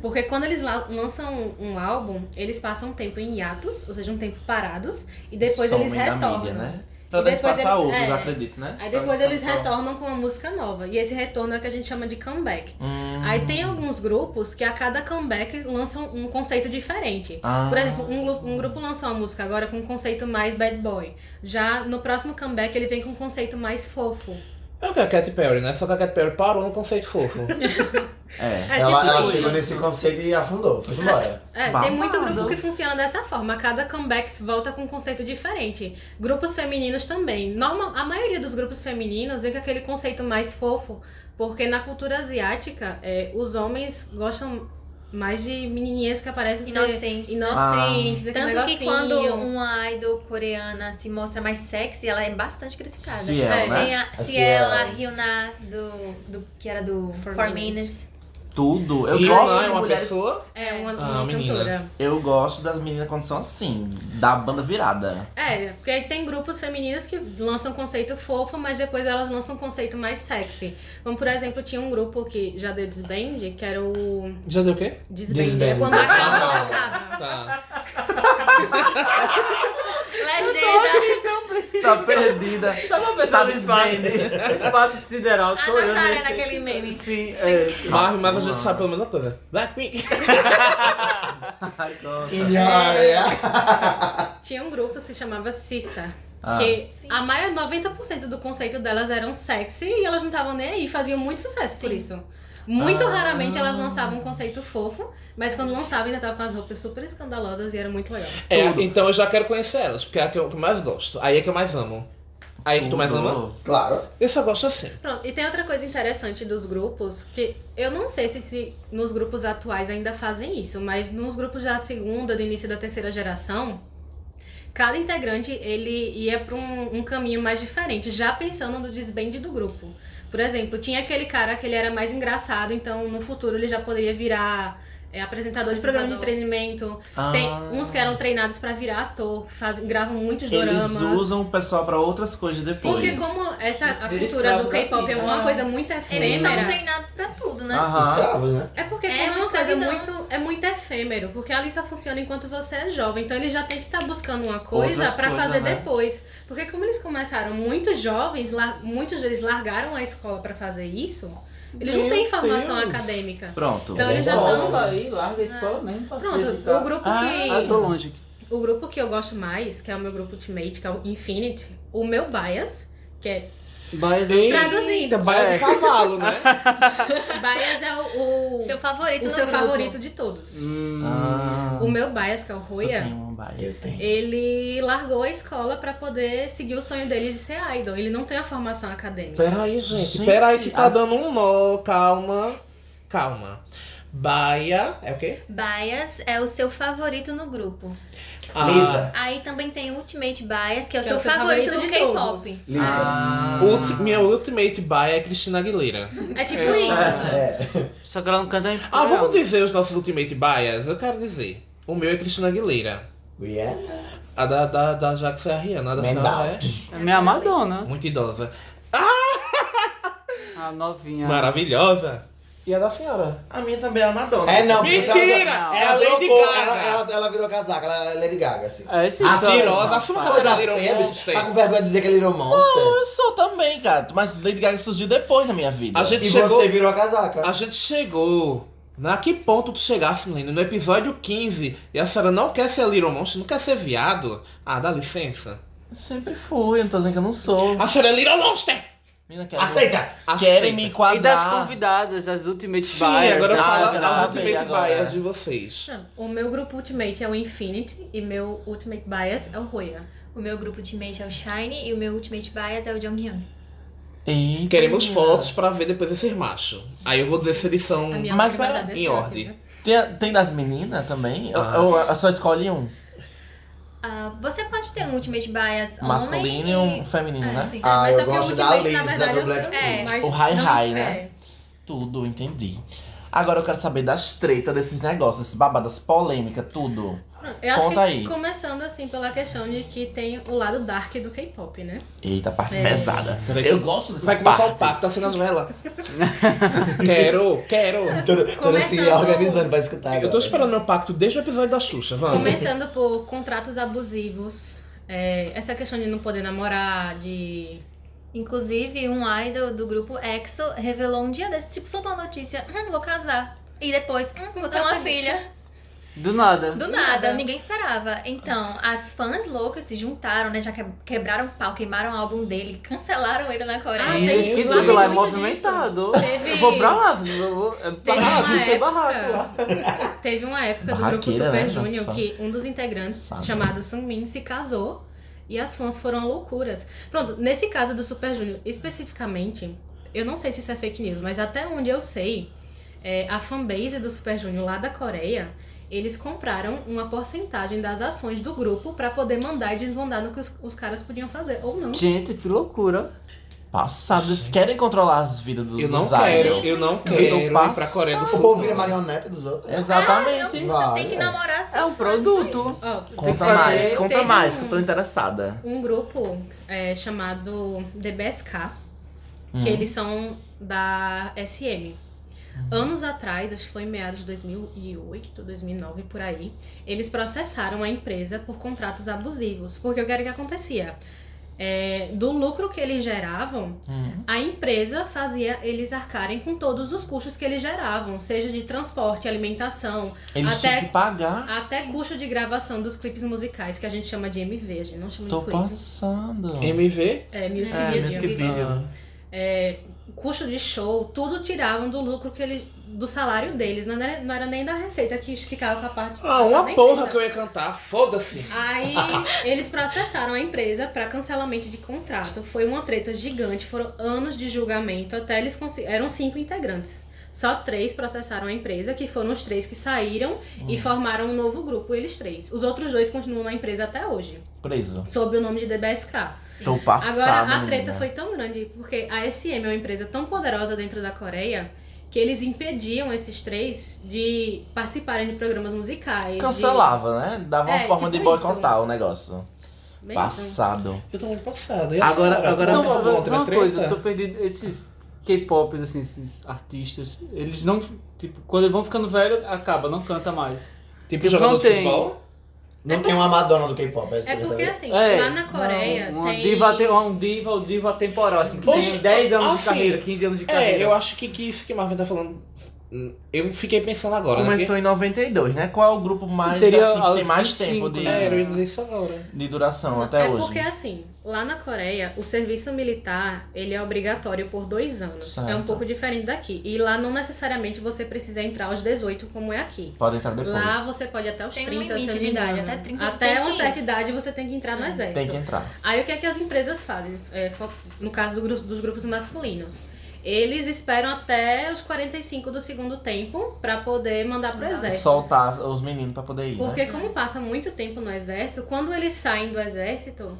Porque quando eles la- lançam um álbum, eles passam um tempo em hiatos, ou seja, um tempo parados, *laughs* e depois eles somem da retornam. mídia, né? Pra E depois despassar ele- outros, é. acredito, né? Aí Pra depois eles despassar. retornam com uma música nova. E esse retorno é o que a gente chama de comeback. Hum. Aí tem um- alguns grupos que a cada comeback lançam um conceito diferente. Ah. Por exemplo, um, lu- um grupo lançou uma música agora com um conceito mais bad boy. Já no próximo comeback ele vem com um conceito mais fofo. É o que a Cat Perry, né? Só que a Cat Perry parou no conceito fofo. É. É ela tipo ela isso. chegou nesse conceito e afundou. Foi embora. É, Babado. tem muito grupo que funciona dessa forma. Cada comeback volta com um conceito diferente. Grupos femininos também. Normal, a maioria dos grupos femininos vem com aquele conceito mais fofo, porque na cultura asiática, é, os homens gostam mais de menininhas que aparecem ser Inocentes. né? Ah. inocentes, aquele Tanto que negocinho. quando um uma idol coreana se mostra mais sexy, ela é bastante criticada. Ciel, É, né? Tem a A Ciel, a Ciel. Hyuna, do, do, que era do Four 4 Minutes. Minutes. Tudo. Eu e gosto é de uma mulheres- pessoa. É, uma, Ah, uma menina. cantora. Eu gosto das meninas quando são assim, da banda virada. É, porque aí tem grupos femininas que lançam conceito fofo, mas depois elas lançam conceito mais sexy. Como, por exemplo, tinha um grupo que já deu desband, que era o Já deu o quê? Desband. Desband. É quando Acaba, acaba. não. acaba. Tá. Legenda. Tá perdida. Sabe uma pessoa Tá do espaço, desband. espaço sideral, A sou eu. Nazaré né? naquele meme. Sim, é. Mas, mas a gente Mano. sabe pela mesma coisa. Blackpink. Ai, gosto. Inhória. Tinha um grupo que se chamava Sista. Ah. Que Sim. a maior 90% do conceito delas eram sexy e elas não estavam nem aí, faziam muito sucesso por isso. Muito Ah. raramente elas lançavam um conceito fofo, mas quando lançavam ainda tava com as roupas super escandalosas e era muito legal. É, Tudo. então eu já quero conhecer elas, porque é a que eu que eu mais gosto. Aí é que eu mais amo. Aí é que tu mais ama? Tudo. Claro. Eu só gosto assim. Pronto, e tem outra coisa interessante dos grupos, que eu não sei se, se nos grupos atuais ainda fazem isso, mas nos grupos da segunda, do início da terceira geração, cada integrante ele ia para um, um caminho mais diferente, já pensando no desbande do grupo. Por exemplo, tinha aquele cara que ele era mais engraçado, então no futuro ele já poderia virar é, apresentador, de programa de Apresentador. treinamento. Ah. Tem uns que eram treinados para virar ator, faz, gravam muitos Eles doramas. usam o pessoal pra outras coisas Sim, depois. porque como essa Vira a cultura do escravo da K-pop é vida. uma coisa muito Eles são efêmera. treinados pra tudo, né? Aham. Escravos, né? É porque É como é uma uma coisa escravidão. muito, é muito efêmero, porque ali só funciona enquanto você é jovem. Então ele já tem que estar buscando uma coisa Outras pra coisas, fazer né? depois. Porque como eles começaram muito jovens, lar- muitos deles largaram a escola pra fazer isso, eles não Meu têm formação Deus. acadêmica. Pronto. Então eles já Verdade. estão Toma aí, larga a escola mesmo. pra se Pronto, dedicar. o grupo Ah, que Ah, eu tô longe aqui. o grupo que eu gosto mais, que é o meu grupo ultimate, que é o Infinity, o meu bias, que é Mas Ei, Traduzindo. baia de É. cavalo, né? bias é o, o- Seu favorito o do seu grupo. favorito de todos. Hum, Ah, O meu bias, que é o Roya, tu tem um bias. Eu tenho. ele largou a escola pra poder seguir o sonho dele de ser idol. Ele não tem a formação acadêmica. Peraí, gente. Gente, Peraí que tá as- dando um nó. Calma. Calma. Baia. É o quê? Bias é o seu favorito no grupo. Ah, Lisa. Aí também tem Ultimate Bias, que é o Que seu, favorito, do de todos. K-pop. Lisa. Ah. Ulti- minha ultimate baia é Cristina Aguilera. É tipo Eu- isso. É. Só que ela não canta em Ah, coreano. vamos dizer os nossos ultimate baias? Eu quero dizer. O meu é Cristina Aguilera. Rihanna. A da, da, da Jax é a Rihanna. A da Mendal. Sarah é É minha Madonna, muito idosa. a Ah, novinha. Maravilhosa. E a da senhora? A minha também é a Madonna. É, não. porque Mentira! ela- É a ela Lady trocou, Gaga. Ela, ela, ela virou casaca, ela é Lady Gaga, assim. É esse A Cirosa. só- Assuma que você Coisa é Little feia, bicho. Monster. Tá com vergonha de dizer que é Little Monster? Eu sou também, cara. Mas Lady Gaga surgiu depois na minha vida. A gente E chegou. você virou casaca. A gente chegou. Na que ponto tu chegasse, menino? No episódio 15, e a senhora não quer ser Little Monster, não quer ser viado? Ah, dá licença. Sempre fui, não tô dizendo que eu não sou. A senhora é Little Monster! Menina, é. quero- Aceita! Querem Aceita. me E das enquadrar. convidadas, as Ultimate Sim, Buyers. agora né? fala Ah, eu quero as saber Ultimate agora. Baias de vocês. O meu grupo ultimate é o Infinity e meu ultimate bias é o Roya. O meu grupo Ultimate é o Shine e o meu Ultimate Bias é o Jonghyun. Eita. Queremos fotos pra ver depois esses machos. Aí eu vou dizer se eles são. A minha Mas última pera- já desceu em aqui, ordem. né? Tem, tem das meninas também? Ah. Ou ou só escolhe um? Ah, você pode ter um Ultimate Bias Masculino e homem um feminino, né? sim. Ah, Mas eu é porque o gosto da ultimate, na Lisa, verdade, do é o Black ser humano, Pink. mas O Hi não- Hi, né? é. Tudo, entendi. Agora eu quero saber das tretas, desses negócios, desses babadas, polêmica, tudo. Eu acho Conta que aí. começando assim pela questão de que tem o lado dark do K-pop, né? Eita, parte É. pesada. Peraí que Eu gosto dessa Vai começar o parte. pacto, assim nas *laughs* velas. quero, quero. Toda, toda se Começando- organizando pra escutar. né? Eu tô agora. esperando meu pacto desde o episódio da Xuxa, vamos. Começando por contratos abusivos, é, essa questão de não poder namorar, de. Inclusive, um idol do grupo EXO revelou um dia desse, tipo, soltou uma notícia, hum, vou casar. E depois, hum, vou ter *laughs* uma filha. Do nada. Do nada, ninguém esperava. Então, as fãs loucas se juntaram, né? Já que- quebraram o pau, queimaram o álbum dele, cancelaram ele na Coreia. Ah, Tem gente que Lá tudo tem lá é muito movimentado. Teve- Eu vou pra lá, eu vou, é Teve barraco, uma tem época- barraco lá. Teve uma época do grupo Barraqueira, Super né, nossa Junior fã. que um dos integrantes, Sabe. chamado Sunmin, se casou e as fãs foram loucuras. Pronto, nesse caso do Super Junior especificamente, eu não sei se isso é fake news, mas até onde eu sei, é, a fanbase do Super Junior lá da Coreia, eles compraram uma porcentagem das ações do grupo pra poder mandar e desmandar no que os, os caras podiam fazer, ou não. Gente, que loucura. Passado, eles querem controlar as vidas dos Eu não dos idols. quero, eu não Então, quero ir pra passa- Coreia do O povo Sul. vira marioneta dos outros. Exatamente. Ah, Você Vai, tem que é. namorar essas É um fãs, produto. Ó, Tem que Conta fazer- mais, conta teve mais, um- que eu tô interessada. um grupo é, chamado The BSK, Hum. Uhum. que eles são da SM. Uhum. Anos atrás, acho que foi em meados de 2008, 2009, por aí, eles processaram a empresa por contratos abusivos. Porque o que era que acontecia? É, do lucro que eles geravam, Hum. a empresa fazia eles arcarem com todos os custos que eles geravam, seja de transporte, alimentação, Eles Até- Ah, tinham que pagar. até custo de gravação dos clipes musicais, que a gente chama de MV, a gente não chama Tô de clipe. passando. Ah, MV? É, music É, video. music video. é, custo de show, tudo tiravam do lucro que eles, do salário deles. Não era, não era nem da receita que ficava com a parte. Ah, uma Nem porra pensa. que eu ia cantar, foda-se. *laughs* Aí eles processaram a empresa pra cancelamento de contrato. Foi uma treta gigante, foram anos de julgamento até eles consi- eram cinco integrantes. Só três processaram a empresa, que foram os três que saíram e formaram um novo grupo, eles três. Os outros dois continuam na empresa até hoje, Preso. sob o nome de DBSK. Tô passado. Agora, a treta menina. foi tão grande, porque a SM é uma empresa tão poderosa dentro da Coreia que eles impediam esses três de participarem de programas musicais. de- Cancelava, né? Dava uma É, forma tipo de boicotar o negócio. Bem, Passado. Eu tô muito passada. E a Agora, senhora? agora, Tem alguma agora outra Então, uma treta? coisa, eu tô perdido. Esses K-pop, assim, esses artistas, eles não. Tipo, quando eles vão ficando velho, acaba, não canta mais. Tipo Não jogador de tem. futebol? Não tem uma Madonna do K-pop, é isso É que você porque vê. assim, É, lá na Coreia não, uma tem. diva ate- um diva, um diva temporal, assim, que Poxa, tem 10 anos de assim, carreira, 15 anos de carreira. É, eu acho que, que isso que Marvin tá falando. Eu fiquei pensando agora, né? Começou em 92, né? Qual é o grupo mais Teria né? assim, que tem aos mais 25, tempo de, Porque... É, eu ia dizer isso agora. de duração até é hoje? porque assim, lá na Coreia, o serviço militar, ele é obrigatório por dois anos. É um Certo. pouco diferente daqui. E lá não necessariamente você precisa entrar aos 18, como é aqui. Pode entrar depois. Lá você pode ir até os Tem um 30, se eu limite não de me idade, engano. até 30 você Até tem uma que ir. certa idade você tem que entrar no exército. Tem que entrar. Aí o que é que as empresas fazem? É, fo- no caso do gru- dos grupos masculinos. Eles esperam até os 45 do segundo tempo pra poder mandar pro exército. Soltar os meninos pra poder ir. Porque né? como passa muito tempo no exército, quando eles saem do exército,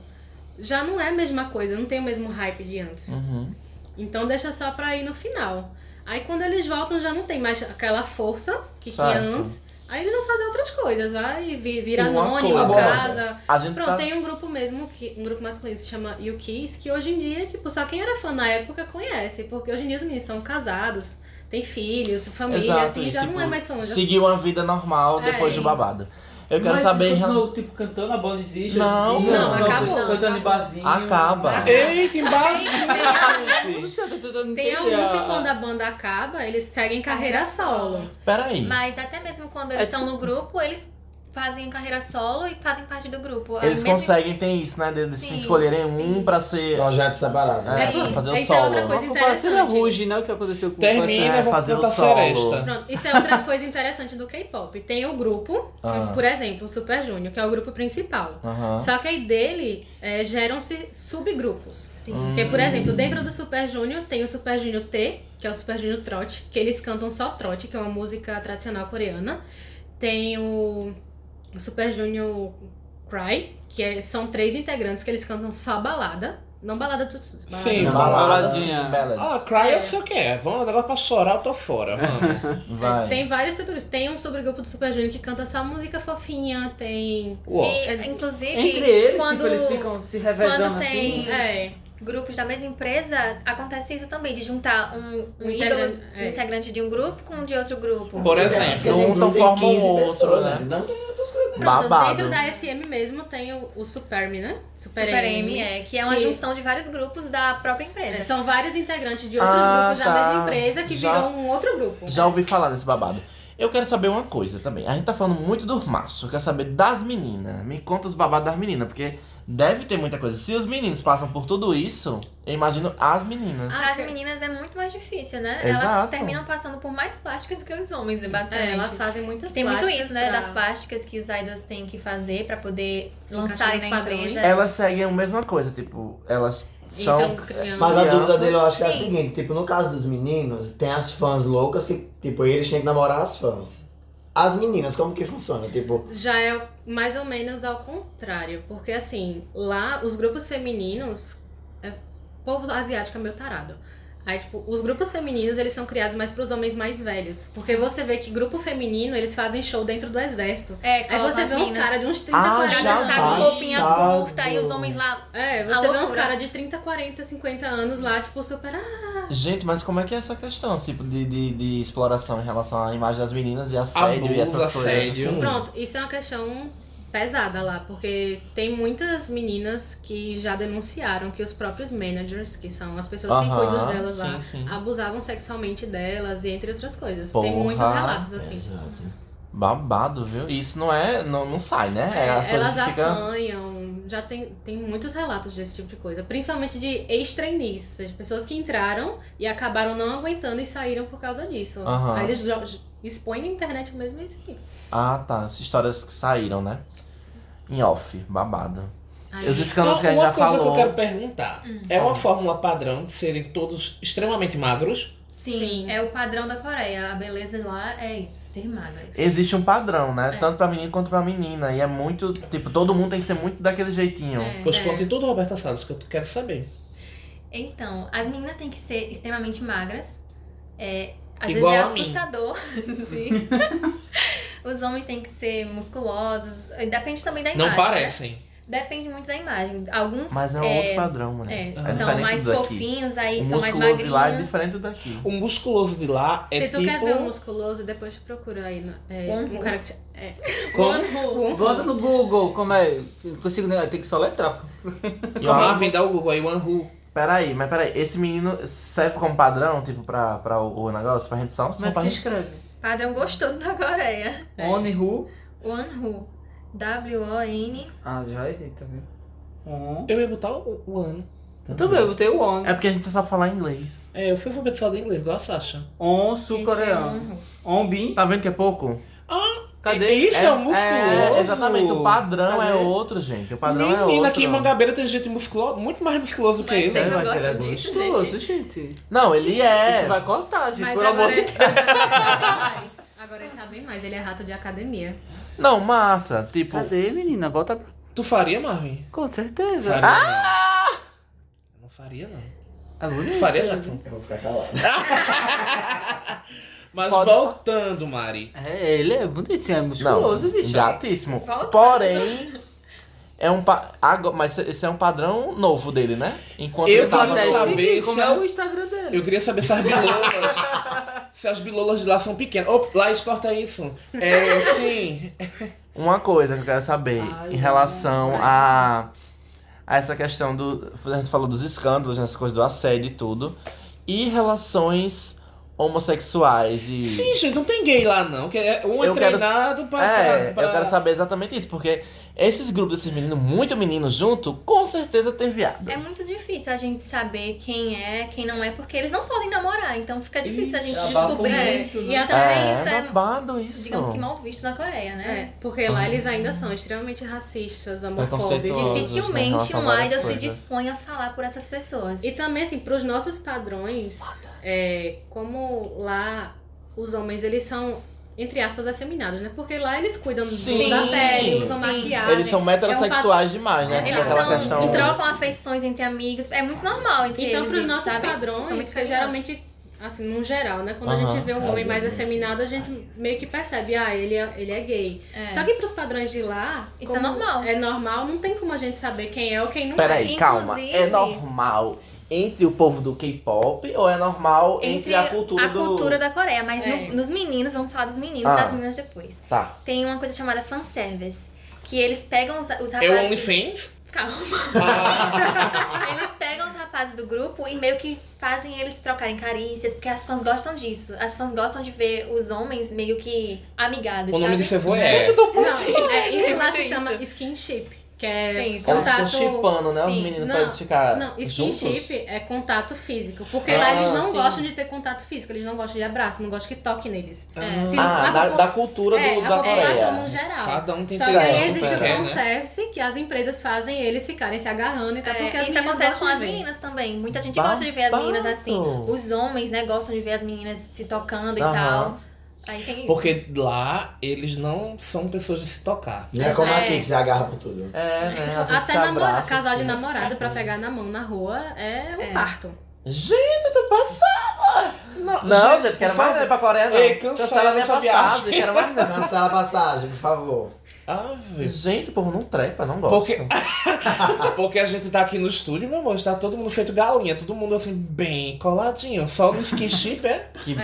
já não é a mesma coisa, não tem o mesmo hype de antes. Uhum. Então deixa só pra ir no final. Aí quando eles voltam já não tem mais aquela força que tinha Certo. antes. Aí eles vão fazer outras coisas, vai vi- vira Uma anônimo, coisa. casa, A gente Pronto, tá. tem um grupo mesmo, que, um grupo masculino que se chama You Kiss, que hoje em dia, tipo, só quem era fã na época conhece, porque hoje em dia os meninos são casados, têm filhos, família, Exato, assim, isso, já tipo, não é mais fã. já- Seguiu uma vida normal É. depois do babado. Eu quero Mas saber. eles continuam, tipo, cantando, a banda existe. Não, hoje em dia, não, sabe? acabou. Cantando em barzinho. Acaba. é. Eita, embalo, Não gente! sei, eu tô tá tentando Tem entender alguns que a- quando a banda acaba, eles seguem carreira solo. Peraí. Mas até mesmo quando eles É estão no grupo, eles fazem carreira solo e fazem parte do grupo. é Aí Eles mesmo- conseguem, tem isso, né? Deles Sim, escolherem sim. um pra assim- ser. Projetos separados. É, né? Sim. pra fazer o Isso é outra solo. coisa Uma comparação da interessante. Ruge, né? O que aconteceu com Termina, é, vamos fazer o cantar solo. seresta. Pronto, isso é outra coisa interessante do K-pop. Tem o grupo, Ah. por exemplo, o Super Junior, que é o grupo principal. Aham. Só que aí dele é, geram-se subgrupos. Sim. Porque, por exemplo, dentro do Super Junior tem o Super Junior T, que é o Super Junior Trot, que eles cantam só Trot, que é uma música tradicional coreana. Tem o o Super Junior Cry, que é- são três integrantes que eles cantam só balada. Não balada tudo. Sim. balada. Tem balada, baladinha. sim. ballads. Ah, cry eu sei o que é. Vamos, um negócio pra chorar, eu tô fora, *laughs* vamos. Vai. É, Tem vários subgrupos. Tem um subgrupo do Super Junior que canta só música fofinha, tem. Uou. E, inclusive, Entre eles, É quando, tipo, eles ficam se quando revezando tem- assim. É. grupos da mesma empresa, acontece isso também, de juntar um, um Um ídolo, integrante, é. integrante de um grupo com um de outro grupo. Por É, exemplo. um tá porque tem Juntam, grupo, tem formam outro, pessoas, né? gente. Não tem outras coisas, Pronto, Babado. um Então, dentro da SM mesmo tem o, o Superm, né? Super, Super M, é, que é uma que- junção de vários grupos da própria É, empresa. São vários integrantes de outros Ah, grupos da tá. mesma empresa que Já- virou um outro grupo. Já ouvi falar desse babado. Eu quero saber uma coisa também. A gente tá falando muito do maço. Eu quero saber das meninas. Me conta os babados das meninas, porque deve ter muita coisa. Se os meninos passam por tudo isso, eu imagino as meninas. Ah, As sim. meninas é muito mais difícil, né? Elas Exato. terminam passando por mais plásticas do que os homens, basicamente. É, elas fazem muitas Tem muito plásticas isso, né? pra- Das plásticas que os idols têm que fazer pra poder é. Se encaixar lançarem nos na padrões. empresa. Elas seguem a mesma coisa, tipo, elas são. Então, crianças. Mas a Criança, dúvida dele eu acho que é a sim. seguinte, tipo, no caso dos meninos, tem as fãs loucas que, tipo, eles têm que namorar as fãs. As meninas, como que funciona? Tipo, Já é mais ou menos ao contrário, porque assim, lá os grupos femininos, é, o povo asiático é meio tarado. Aí, tipo, os grupos femininos, eles são criados mais pros homens mais velhos. Porque você vê que grupo feminino, eles fazem show dentro do exérto. É, Aí colocam você as vê uns minas caras de uns 30, Ah, Pra 40 já dançar com anos. vai. roupinha Passado. curta e os homens lá. É, A você vê uns loucura. caras de 30, 40, 50 anos lá, tipo, super. ah, Gente, mas como é que é essa questão, tipo, de, de, de exploração em relação à imagem das meninas e assédio Abuso, e essas coisas? assédio. Sim. Pronto, isso é uma questão pesada lá, porque tem muitas meninas que já denunciaram que os próprios managers, que são as pessoas que Aham, cuidam delas sim, lá, sim. abusavam sexualmente delas e entre outras coisas. tem Porra. é. muitos relatos assim. É, Exato. Babado, viu? Isso não é. Não, não sai, né? É, as É, coisas elas que ficam. apanham, já tem, tem muitos relatos desse tipo de coisa, principalmente de ex-trainees, ou seja, pessoas que entraram e acabaram não aguentando e saíram por causa disso. Aham. Aí eles jo- expõem na internet mesmo assim. isso aqui. Ah, tá. As histórias que saíram, né? Em off, babado. Aí- Os escândalos que a gente uma já coisa falou. que eu quero perguntar. É uma fórmula padrão de serem todos extremamente magros? Sim, é o padrão da Coreia. A beleza lá é isso, ser magra. Existe um padrão, né? É. Tanto pra menino quanto pra menina. E é muito. Tipo, todo mundo tem que ser muito daquele jeitinho. É. Pois conte tudo, Roberta Salles, que eu quero saber. Então, as meninas têm que ser extremamente magras. É, às Igual a mim. vezes é assustador. *laughs* *laughs* Sim. Os homens têm que ser musculosos. Depende também da É Não imagem. né? parecem. Depende muito da imagem. Alguns Mas é um outro padrão, mano. é, É são diferente mais do daqui. fofinhos, aí O são mais musculoso de magrinhos. lá é diferente do daqui. O musculoso de lá é Se tu tipo... quer um ver o musculoso, depois te procura aí. no- É, Wonhu. um cara que se- é. Como? Wonhu. Bota no Google como é. Não consigo nem. Tem que só letrar. E é uma- Marvin, dá o Google aí, One Who. Peraí, mas peraí, esse menino serve como padrão, tipo, pra, pra o, o negócio, pra gente só? Como é só que pra se gente... escreve? Padrão gostoso da Coreia. É. Onhu. Wonhu. W-O-N. Ah, já errei também. On. Eu ia botar o o ano. Eu também, eu botei o On. É porque a gente sabe falar inglês. É, eu fui alfabetizado em inglês, igual a Sasha. On esse é sul-coreano. Wonhu. On bin. Tá vendo que é pouco? Cadê? E- Isso é, um musculoso. É, exatamente, o padrão Cadê? é outro, gente. O padrão Menina, é outro. aqui em Mangabeira tem gente musculosa, muito mais musculoso do que Mas eu. vocês né? não Mas ele é gostam disso, gostoso, gente. Não, ele é. Isso vai cortar, gente. Mas Por amor agora, de é ele- mas agora ele tá mais. Agora ele tá bem mais. Ele é rato de academia. Não, massa. Tipo, Cadê, menina? Bota pra... Tu faria, Marvin? Com certeza. Ah! Faria, não. Eu não faria, não. É Tu bonito. faria, Jackson? Eu vou ficar calado. Mas Pode voltando, Mari. É, ele é bonito, sim, é não, musculoso, bicho. Gatíssimo. Volta. Porém, é um. Pa... Agora, mas esse é um padrão novo dele, né? Enquanto Eu ele tava. quero solto. saber Saber se como é é o- o Instagram dele. Eu queria saber se as bilolas. se as bilolas de lá são pequenas. Ops, Laís, corta isso. É, sim. Uma coisa que eu quero saber Ai, em relação a, a essa questão do. A gente falou dos escândalos, nessa coisa do assédio e tudo. E relações homossexuais e. Sim, gente, não tem gay lá, não. Que é- Um é Eu quero- treinado pra. É, pra- eu pra- quero saber exatamente isso, porque esses grupos desses meninos, muito meninos junto, com certeza tem viado. É muito difícil a gente saber quem é, quem não é, porque eles não podem namorar, então fica difícil a é gente Ixi, abafo descobrir. muito, né? E até isso é, babado isso. digamos que mal visto na Coreia, É, né? porque lá eles ainda são extremamente racistas, Tá homofóbicos. Preconceituosos. né? em Dificilmente relação a um várias idol se coisas. dispõe a falar por essas pessoas. E também, assim, pros nossos padrões, é, como lá os homens, eles são, entre aspas, afeminados, né? Porque lá eles cuidam do- Sim. da pele, Sim. usam Sim. maquiagem. Eles são heterossexuais demais, né? Eles Fica aquela são, questão. trocam afeições entre amigos, é muito normal entre Então, eles. pros isso, nossos sabe? São padrões, muito que geralmente Assim, num geral, né? Quando Aham, a gente vê um caso homem mais de- afeminado, a gente meio que percebe, ah, ele é, ele é gay. É. Só que pros padrões de lá. Isso como é normal. É normal, não tem como a gente saber quem é ou quem não é. Peraí, Inclusive- calma. É normal entre o povo do K-pop ou é normal entre, a cultura a do. cultura da Coreia, mas no- É. nos meninos, vamos falar dos meninos Ah. e das meninas depois. Tá. Tem uma coisa chamada fanservice. Que eles pegam os, os É o rapazes. OnlyFans? Ah. Calma. *laughs* eles pegam os rapazes do grupo e meio que fazem eles trocarem carícias, porque as fãs gostam disso. As fãs gostam de ver os homens meio que amigados. O nome sabe? disso é voyeur. Não, é, isso lá se Tem chama isso. skinship. Que é Tem isso. Elas ficam contato. chipando, né? Os Sim. meninos Não, pra eles ficar. Não, juntos. skinship é contato físico. Porque Ah, lá eles não sim. gostam de ter contato físico, eles não gostam de abraço, não gostam que toque neles. É. Sim, Ah, a da, popu- da cultura é, do, a da população Coreia. Tá no geral. Cada um tem Só seu que aí Certo, existe o é, né? fanservice que as empresas fazem eles ficarem se agarrando e tal, porque É, as isso meninas acontece com gostam as de ver. meninas também. Muita gente gosta de ver as meninas assim. Os homens, né, gostam de ver as meninas se tocando e Aham. tal. tá, Aí tem isso. Porque lá eles não são pessoas de se tocar. Não é como É. aqui que você agarra por tudo. É, né? Às vezes Até se namora- abraça, casal de assim, namorado sabe? pra pegar na mão na rua é um É. parto. Gente, eu tô passada! Não, gente, gente, quero por mais favor. não ir pra Coreia, não. Ei, cancela minha essa passagem, viagem. quero mais *laughs* não. Cancela a passagem, por favor. é- Ave. Gente, o povo não trepa, não gosta. Porque a gente tá aqui no estúdio, meu amor, está todo mundo feito galinha, todo mundo assim, bem coladinho. Só no skinship *laughs* é. Que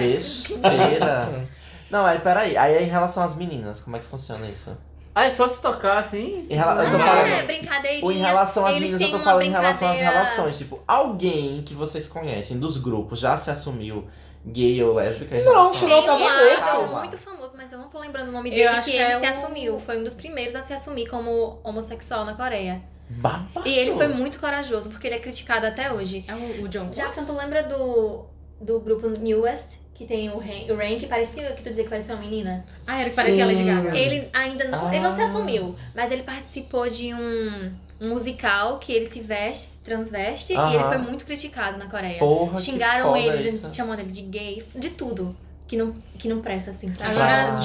besteira. Não, aí peraí. Aí em relação às meninas, como é que funciona isso? Ah, é só se tocar assim? Em rela- Eu tô Ah, é, falando. brincadeirinhas. Ou em relação às meninas, eles eu têm tô uma falando em relação às brincadeira- relações. Tipo, alguém que vocês conhecem dos grupos já se assumiu gay ou lésbica? em Não, relação a- senão eu Tem tava um louca. acho Calma. muito famoso, mas eu não tô lembrando o nome Eu dele, acho que que ele é se o- assumiu. Foi um dos primeiros a se assumir como homossexual na Coreia. Babado. E ele foi muito corajoso, porque ele é criticado até hoje. É o, o John. Jackson, tu lembra do, do grupo Newest? Que tem o Ren, o Ren, que parecia, que tu dizia que parecia uma menina. Ah, era que parecia a Lady Gaga. Ele ainda não, ele não se Ah. assumiu, mas ele participou de um, um musical que ele se veste, se transveste, e ele Aham. foi muito criticado na Coreia. Porra, que Xingaram foda eles, isso. chamando ele de gay, de tudo. Que não, que não presta, assim, sabe? Agora Ah, tem.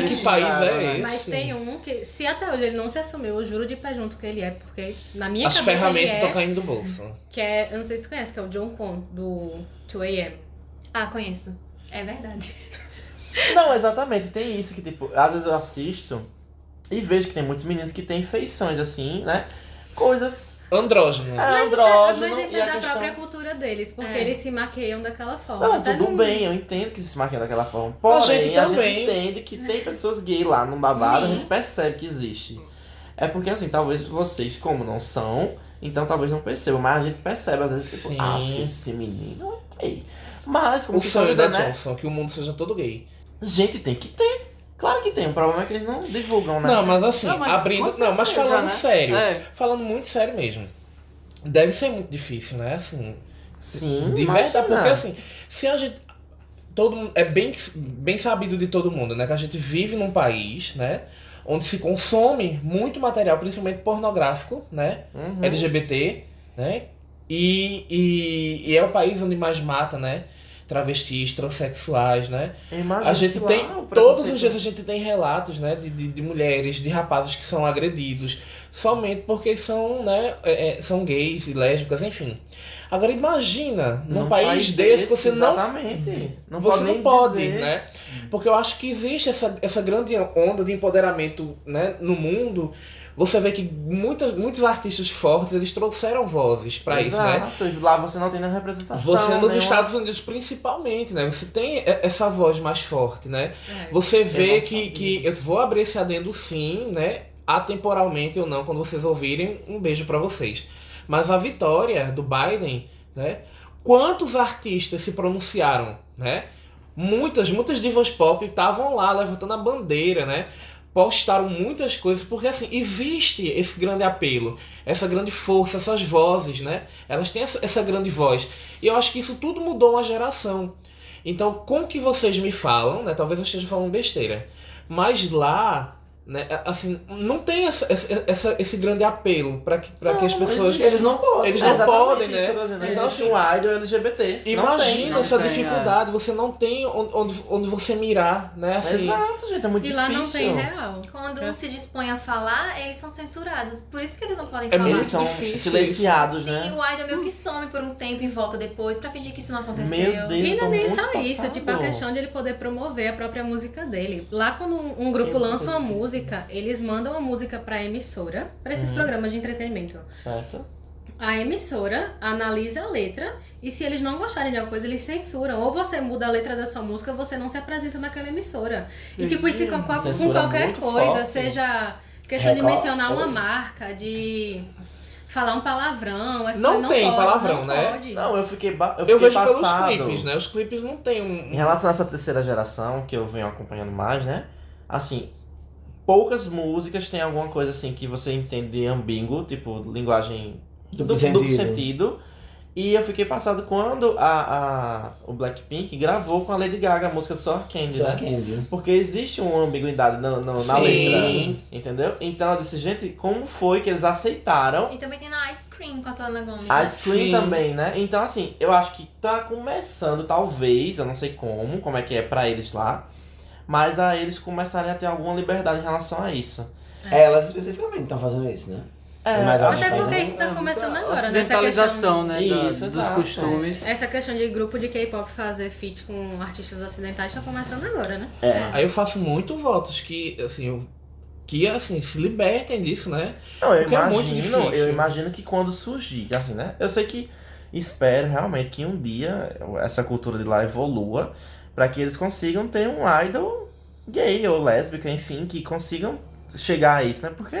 Gente, que país é esse? Mas tem um que, se até hoje ele não se assumiu, eu juro de pé junto que ele é, porque na minha As cabeça ele ferramentas é, estão caindo do bolso. que é, eu não sei se você conhece, que é o John Con, do 2AM. Ah, conheço. É verdade. Não, exatamente. Tem isso que, tipo, às vezes eu assisto e vejo que tem muitos meninos que têm feições, assim, né? Coisas Andrógeno. Mas isso, é, andrógenas. mas isso Ah, e é a da questão- própria cultura deles, porque É. eles se maqueiam daquela forma. Não, Até tudo no- bem, eu entendo que se maquiam daquela forma. Porém, a gente, gente também. entende que tem pessoas gay lá no babado, a Sim. gente percebe que existe. É porque, assim, talvez vocês, como não são, então talvez não percebam, mas a gente percebe, às vezes, tipo, Sim. acho que esse menino é gay. Mas, como O se fosse, sonho da né? Johnson, que o mundo seja todo gay. Gente, tem que ter. Claro que tem, o problema é que eles não divulgam, né? Não, mas assim, Não, mas abrindo. com Não, mas certeza, falando né? sério. É. Falando muito sério mesmo. Deve ser muito difícil, né? Assim, Sim, de verdade, imagina. porque assim, se a gente. Todo mundo, é bem, bem sabido de todo mundo, né? Que a gente vive num país, né? Onde se consome muito material, principalmente pornográfico, né? Uhum. LGBT, né? E, e, e é o país onde mais mata, né? Travestis, transexuais, né? Eu imagino A gente que lá tem. o preconceito- Todos os dias a gente tem relatos, né? De, de, de mulheres, de rapazes que são agredidos. Somente porque são, né? é, é, são gays e lésbicas, enfim. Agora imagina, num, país, desse, você não um Exatamente. Não você pode não nem pode, dizer. Hum. né? Porque eu acho que existe essa, essa grande onda de empoderamento né, no mundo. Você vê que muitas, muitos artistas fortes, eles trouxeram vozes pra isso, né? Exato, e lá você não tem nenhuma representação. Você nos nenhuma- Estados Unidos principalmente, né? Você tem e- essa voz mais forte, né? É. Você Eu vê não que, sabia. que... Eu vou abrir esse adendo sim, né? Atemporalmente ou não, quando vocês ouvirem, um beijo pra vocês. Mas a vitória do Biden, né? Quantos artistas se pronunciaram, né? Muitas, muitas divas pop estavam lá levantando a bandeira, né? Postaram muitas coisas, porque assim, existe esse grande apelo, essa grande força, essas vozes, né? Elas têm essa, essa grande voz. E eu acho que isso tudo mudou uma geração. Então, com o que vocês me falam, né? Talvez eu esteja falando besteira. Mas lá, Né? Assim, não tem essa, essa- essa- esse grande apelo pra que, pra que as pessoas. Eles não podem. Eles não Exatamente podem, isso né? que eu tô dizendo, Então, existe assim, um idol LGBT. Não tem. Imagina não essa tem, é. dificuldade, você não tem onde, onde, onde você mirar, né? Assim, Exato, gente, é muito E difícil. lá não tem real. Quando É. um se dispõe a falar, eles são censurados. Por isso que eles não podem É falar. mesmo? Eles são difícil silenciados, Sim, né? o idol meio que some por um tempo e volta depois pra fingir que isso não aconteceu. Meu Deus. E Eles não é tão nem muito só isso, passado. tipo, a questão de ele poder promover a própria música dele. Lá quando um um grupo Tem muita lança uma coisa que música, eles mandam a música pra emissora, pra esses Uhum. programas de entretenimento. Certo? A emissora analisa a letra e se eles não gostarem de alguma coisa, eles censuram. Ou você muda a letra da sua música, ou você não se apresenta naquela emissora. E tipo, isso com, qual- com Censura qualquer muito coisa, forte. seja questão de Record. mencionar uma marca, de falar um palavrão, essas Não coisas, tem pode, palavrão, não né? Pode. Não, eu fiquei, ba- eu eu fiquei vejo passado. pelos clipes, né? Os clipes não tem um. Em relação a essa terceira geração, que eu venho acompanhando mais, né? Assim, poucas músicas têm alguma coisa assim que você entende ambíguo, tipo, linguagem Duplo duplo sentido. duplo sentido. E eu fiquei passado quando a, a, o Blackpink gravou com a Lady Gaga a música Sor Candy, Só né? Candy. Porque existe uma ambiguidade na, na, na Sim. letra, entendeu? Então eu disse, gente, como foi que eles aceitaram E também tem na Ice Cream com a Selena Gomez. né? a Scream Sim. também, né? Então, assim, eu acho que tá começando, talvez, eu não sei como, como é que é pra eles lá, mas a eles começarem a ter alguma liberdade em relação a isso. Elas especificamente estão fazendo isso, né? É, Mas acho até que porque faz- isso tá é, começando tá- agora, né? Essa Ocidentalização, né? da- Isso, dos exato. costumes. É. Essa questão de grupo de K-pop fazer feat com artistas ocidentais tá começando agora, né? É. Aí eu faço muito votos que, assim, eu- que assim, se libertem disso, né? Não, eu Porque é muito imagino, difícil. eu imagino que quando surgir, assim, né? Eu sei que espero realmente que um dia essa cultura de lá evolua pra que eles consigam ter um idol gay ou lésbica, enfim, que consigam chegar a isso, né? Porque,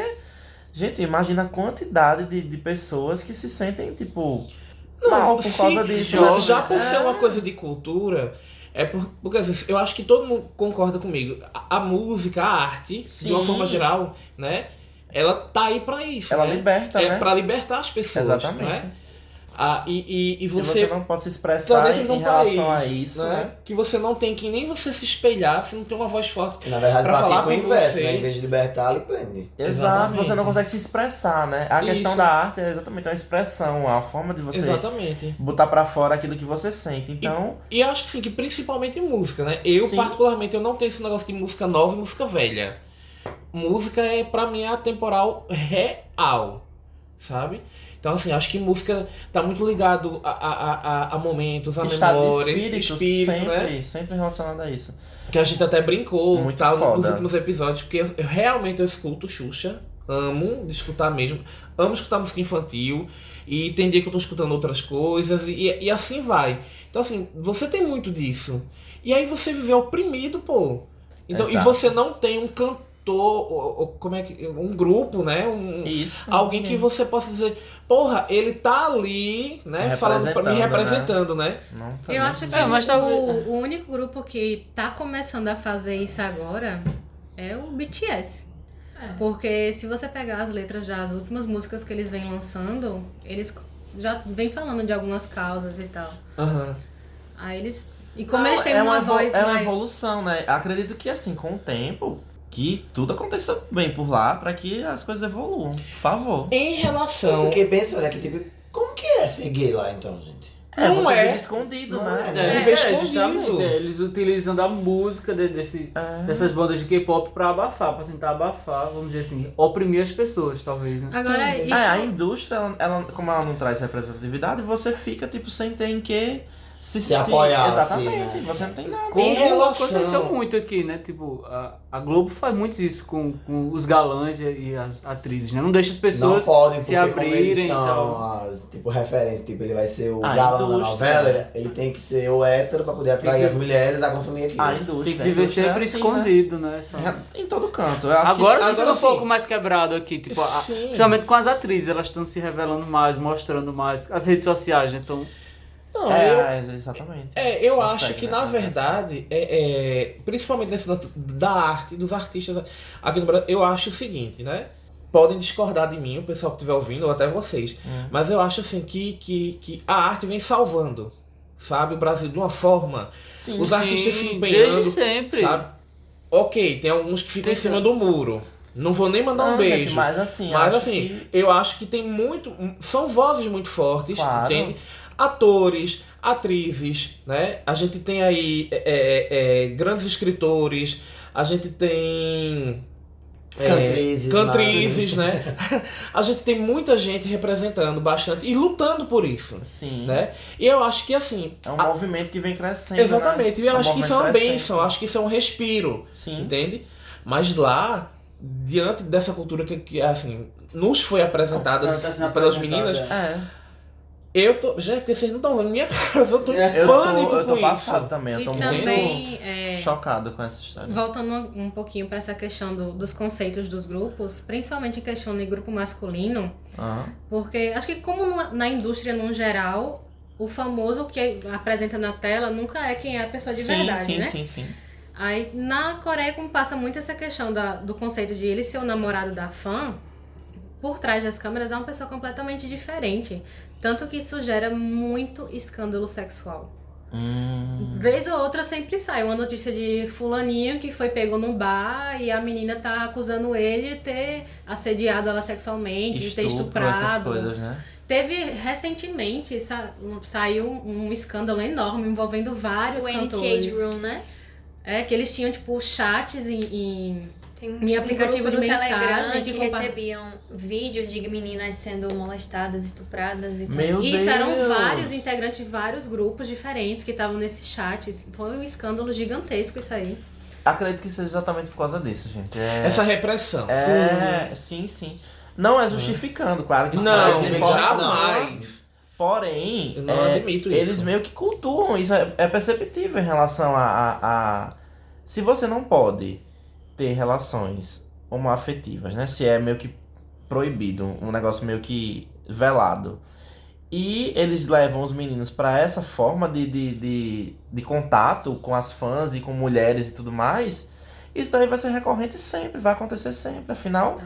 gente, imagina a quantidade de, de pessoas que se sentem, tipo, mal por se- causa disso. já- né? Já por É. ser uma coisa de cultura, é por- porque assim, eu acho que todo mundo concorda comigo. A, a música, a arte, de uma Sim. forma geral, né? Ela tá aí pra isso. Ela né? liberta, é né? pra libertar as pessoas. Exatamente. Né? Ah, e, e, e Se você, você não pode se tá expressar dentro em, de um em país relação a isso, né? né? que você não tem que nem você se espelhar, se não tem uma voz forte. Que, na verdade, Pra falar bater com o com inverso, você. né? Em vez de libertar, ele prende. Exato, Exatamente. você não consegue se expressar, né? A questão Isso. da arte é exatamente uma expressão, a forma de você Exatamente. botar pra fora aquilo que você sente. Então, E eu acho que sim, que principalmente em música, né? Eu, Sim. particularmente, eu não tenho esse negócio de música nova e música velha. Música é, pra mim, é atemporal real, sabe? Então, assim, acho que música tá muito ligado a, a, a- a, a momentos, a estado memória, de espírito, né? sempre, sempre relacionado a isso. Que a gente até brincou Muito tal, nos foda. últimos episódios, porque eu, eu realmente eu escuto Xuxa. Amo de escutar mesmo. Amo escutar música infantil. E tem dia que eu tô escutando outras coisas. E, e assim vai. Então, assim, você tem muito disso. E aí você vive oprimido, pô. Então, E Exato. você não tem um cantor, ou, ou como é que. um grupo, né? Um, Isso. alguém que você possa dizer, porra, ele tá ali, né? Falando pra me representando, Representando, né? Não, tá Eu bem. acho que É, mas tá- o, o único grupo que tá começando a fazer isso agora é o BTS. É. Porque se você pegar as letras das últimas músicas que eles vêm lançando, eles já vêm falando de algumas causas e tal. Aham. Aí eles. E como Não, eles têm é uma, evo- voz É uma mais. evolução, né? Acredito que, assim, com o tempo, que tudo aconteça bem por lá pra que as coisas evoluam. Por favor. Em Eu relação. fiquei pensando aqui, tipo, como que é ser gay lá então, gente? É, Não você é. vive escondido, Não né? é, É, né? viver escondido. justamente. é, Eles utilizam da música de- desse, É. dessas bandas de K-pop pra abafar, pra tentar abafar, vamos dizer assim, oprimir as pessoas, talvez, né? Agora, isso. É, a indústria, ela, ela- como ela não traz representatividade, você fica, tipo, sem ter em que se, Se apoiar, Exatamente, assim, né? você não tem nada. Como relação- aconteceu muito aqui, né? Tipo, a, a Globo faz muito isso com, com os galãs e, e as atrizes, né? Não deixa as pessoas. não podem, se porque como eles abrirem e são tal. as, tipo, referência, tipo, ele vai ser o A galã da indústria. novela, ele, ele tem que ser o hétero pra poder atrair que- as mulheres a consumir aquilo. A indústria. Tem que a viver indústria é sempre assim, escondido, né? Só- né? Em todo canto. Eu acho Agora tá agora sendo um sim. pouco mais quebrado aqui, tipo, a, Sim. principalmente com as atrizes, elas estão se revelando mais, mostrando mais, as redes sociais, né? Então, Não, que... É, eu, é, exatamente. É, eu Consegue, acho que né? na verdade, é, é, principalmente nesse lado da arte, dos artistas aqui no Brasil, eu acho o seguinte, né? Podem discordar de mim, o pessoal que estiver ouvindo, ou até vocês. Hum. Mas eu acho assim que, que, que a arte vem salvando, sabe? O Brasil de uma forma, Sim. os artistas se sim, empenhando, Desde sempre. sabe? Ok, tem alguns que ficam em Deixa- cima do muro, Não vou nem mandar um Não, gente, beijo. mas assim, Mas acho assim, que- eu acho que tem muito. São vozes muito fortes, Claro. entende? Atores, atrizes, né? A gente tem aí é, é, é, grandes escritores, a gente tem. é, Cantrizes, cantrizes, né? *laughs* A gente tem muita gente representando bastante e lutando por isso, Sim. né? E eu acho que assim. É um a- movimento que vem crescendo. exatamente. né? E eu É um acho que isso é uma movimento crescente. bênção, eu acho que isso é um respiro. Sim. Entende? Mas lá, diante dessa cultura que, que, assim, nos foi apresentada Tá- tá sendo pelas apresentada. meninas, É. eu tô. Gente, porque vocês não estão vendo minha *laughs* cara, eu tô em É. Eu pânico tô, eu tô com passado isso. também. Eu E tô muito também, é, chocado com essa história. voltando um um pouquinho pra essa questão do- dos conceitos dos grupos, principalmente em questão de grupo masculino, Aham. Porque acho que como numa- na indústria num geral, o famoso que apresenta na tela nunca é quem é a pessoa de sim, verdade, sim, né? sim, sim. Aí na Coreia como passa muito essa questão da- do conceito de ele ser o namorado da fã, por trás das câmeras é uma pessoa completamente diferente. Tanto que isso gera muito escândalo sexual. Hum. Vez ou outra sempre sai uma notícia de fulaninho que foi pego num bar e a menina tá acusando ele de ter assediado ela sexualmente, de ter Estupro, essas estuprado. coisas, né? Teve recentemente, sa- um- saiu um escândalo enorme envolvendo vários né? O cantores. NTH Room, né? É, que eles tinam, tipo, chats em. em- Tem um Em aplicativo grupo de no mensagem Telegram que, que compa- recebiam vídeos de meninas sendo molestadas, estupradas e tal. Meu e Deus. Então, isso eram vários integrantes de vários grupos diferentes que estavam nesses chats. Foi um escândalo gigantesco isso aí. Acredito que seja exatamente por causa disso, gente. É... Essa repressão. É, sim, sim. Não é justificando, claro que isso Não, é Não, de forma jamais. alguma. Porém, Eu não é, admito isso. eles meio que cultuam isso. É, é perceptível em relação a, a, a- Se você não pode ter relações homoafetivas, né? Se é meio que proibido, um negócio meio que velado. E eles levam os meninos pra essa forma de, de, de, de contato com as fãs e com mulheres e tudo mais. Isso daí vai ser recorrente sempre, vai acontecer sempre. Afinal,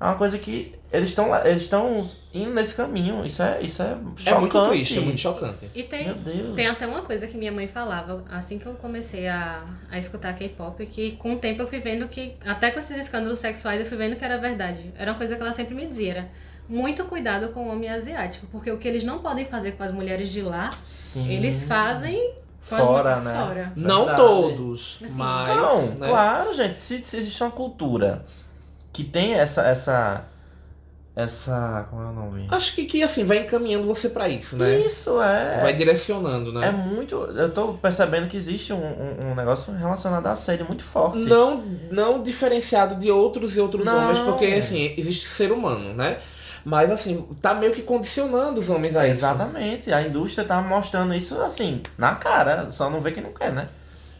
é uma coisa que eles estão eles estão indo nesse caminho. Isso é isso é chocante. É muito triste, é muito chocante. E tem, Meu Deus. Tem até uma coisa que minha mãe falava assim que eu comecei a, a escutar K-pop, que com o tempo eu fui vendo que, até com esses escândalos sexuais, eu fui vendo que era verdade. Era uma coisa que ela sempre me dizia, era muito cuidado com o homem asiático, porque o que eles não podem fazer com as mulheres de lá, Sim. eles fazem com Uhum. fora, as né? fora. Não Verdade. todos, Assim, mas. Não, né? claro, gente. Se, se existe uma cultura que tem essa essa essa como é o nome? Ah, Acho que, que assim, vai encaminhando você pra isso, né? Isso é Vai direcionando, né? é muito. Eu tô percebendo que existe um, um, um negócio relacionado à série muito forte. não, não diferenciado de outros e outros Não. homens, porque assim, existe ser humano, né? Mas assim, tá meio que condicionando os homens a é isso. né? Exatamente. A indústria tá mostrando isso assim, na cara. Só não vê quem não quer, né?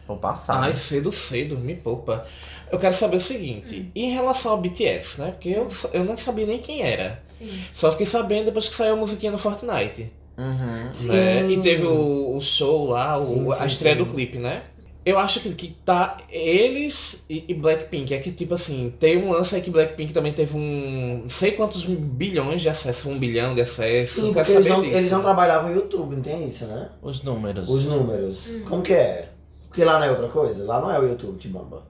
Vou passar. Tá. Ai, cedo, cedo, me poupa. Eu quero saber o seguinte, em relação ao BTS, né? Porque eu, eu não sabia nem quem era. Sim. Só fiquei sabendo depois que saiu a musiquinha no Fortnite. Uhum. né? Sim. E teve o, o show lá, o- Sim, sim, a estreia sim. do clipe, né? Eu acho que, que tá eles e, e Blackpink. É que, tipo assim, tem um lance aí que Blackpink também teve um. não sei quantos bilhões de acesso, um bilhão de acesso. Sim, eu quero porque eles saber não, disso. é eles não trabalhavam no YouTube, não tem isso, né? Os números. Os números. Uhum. Como que é? Porque lá não é outra coisa? Lá não é o YouTube que bomba.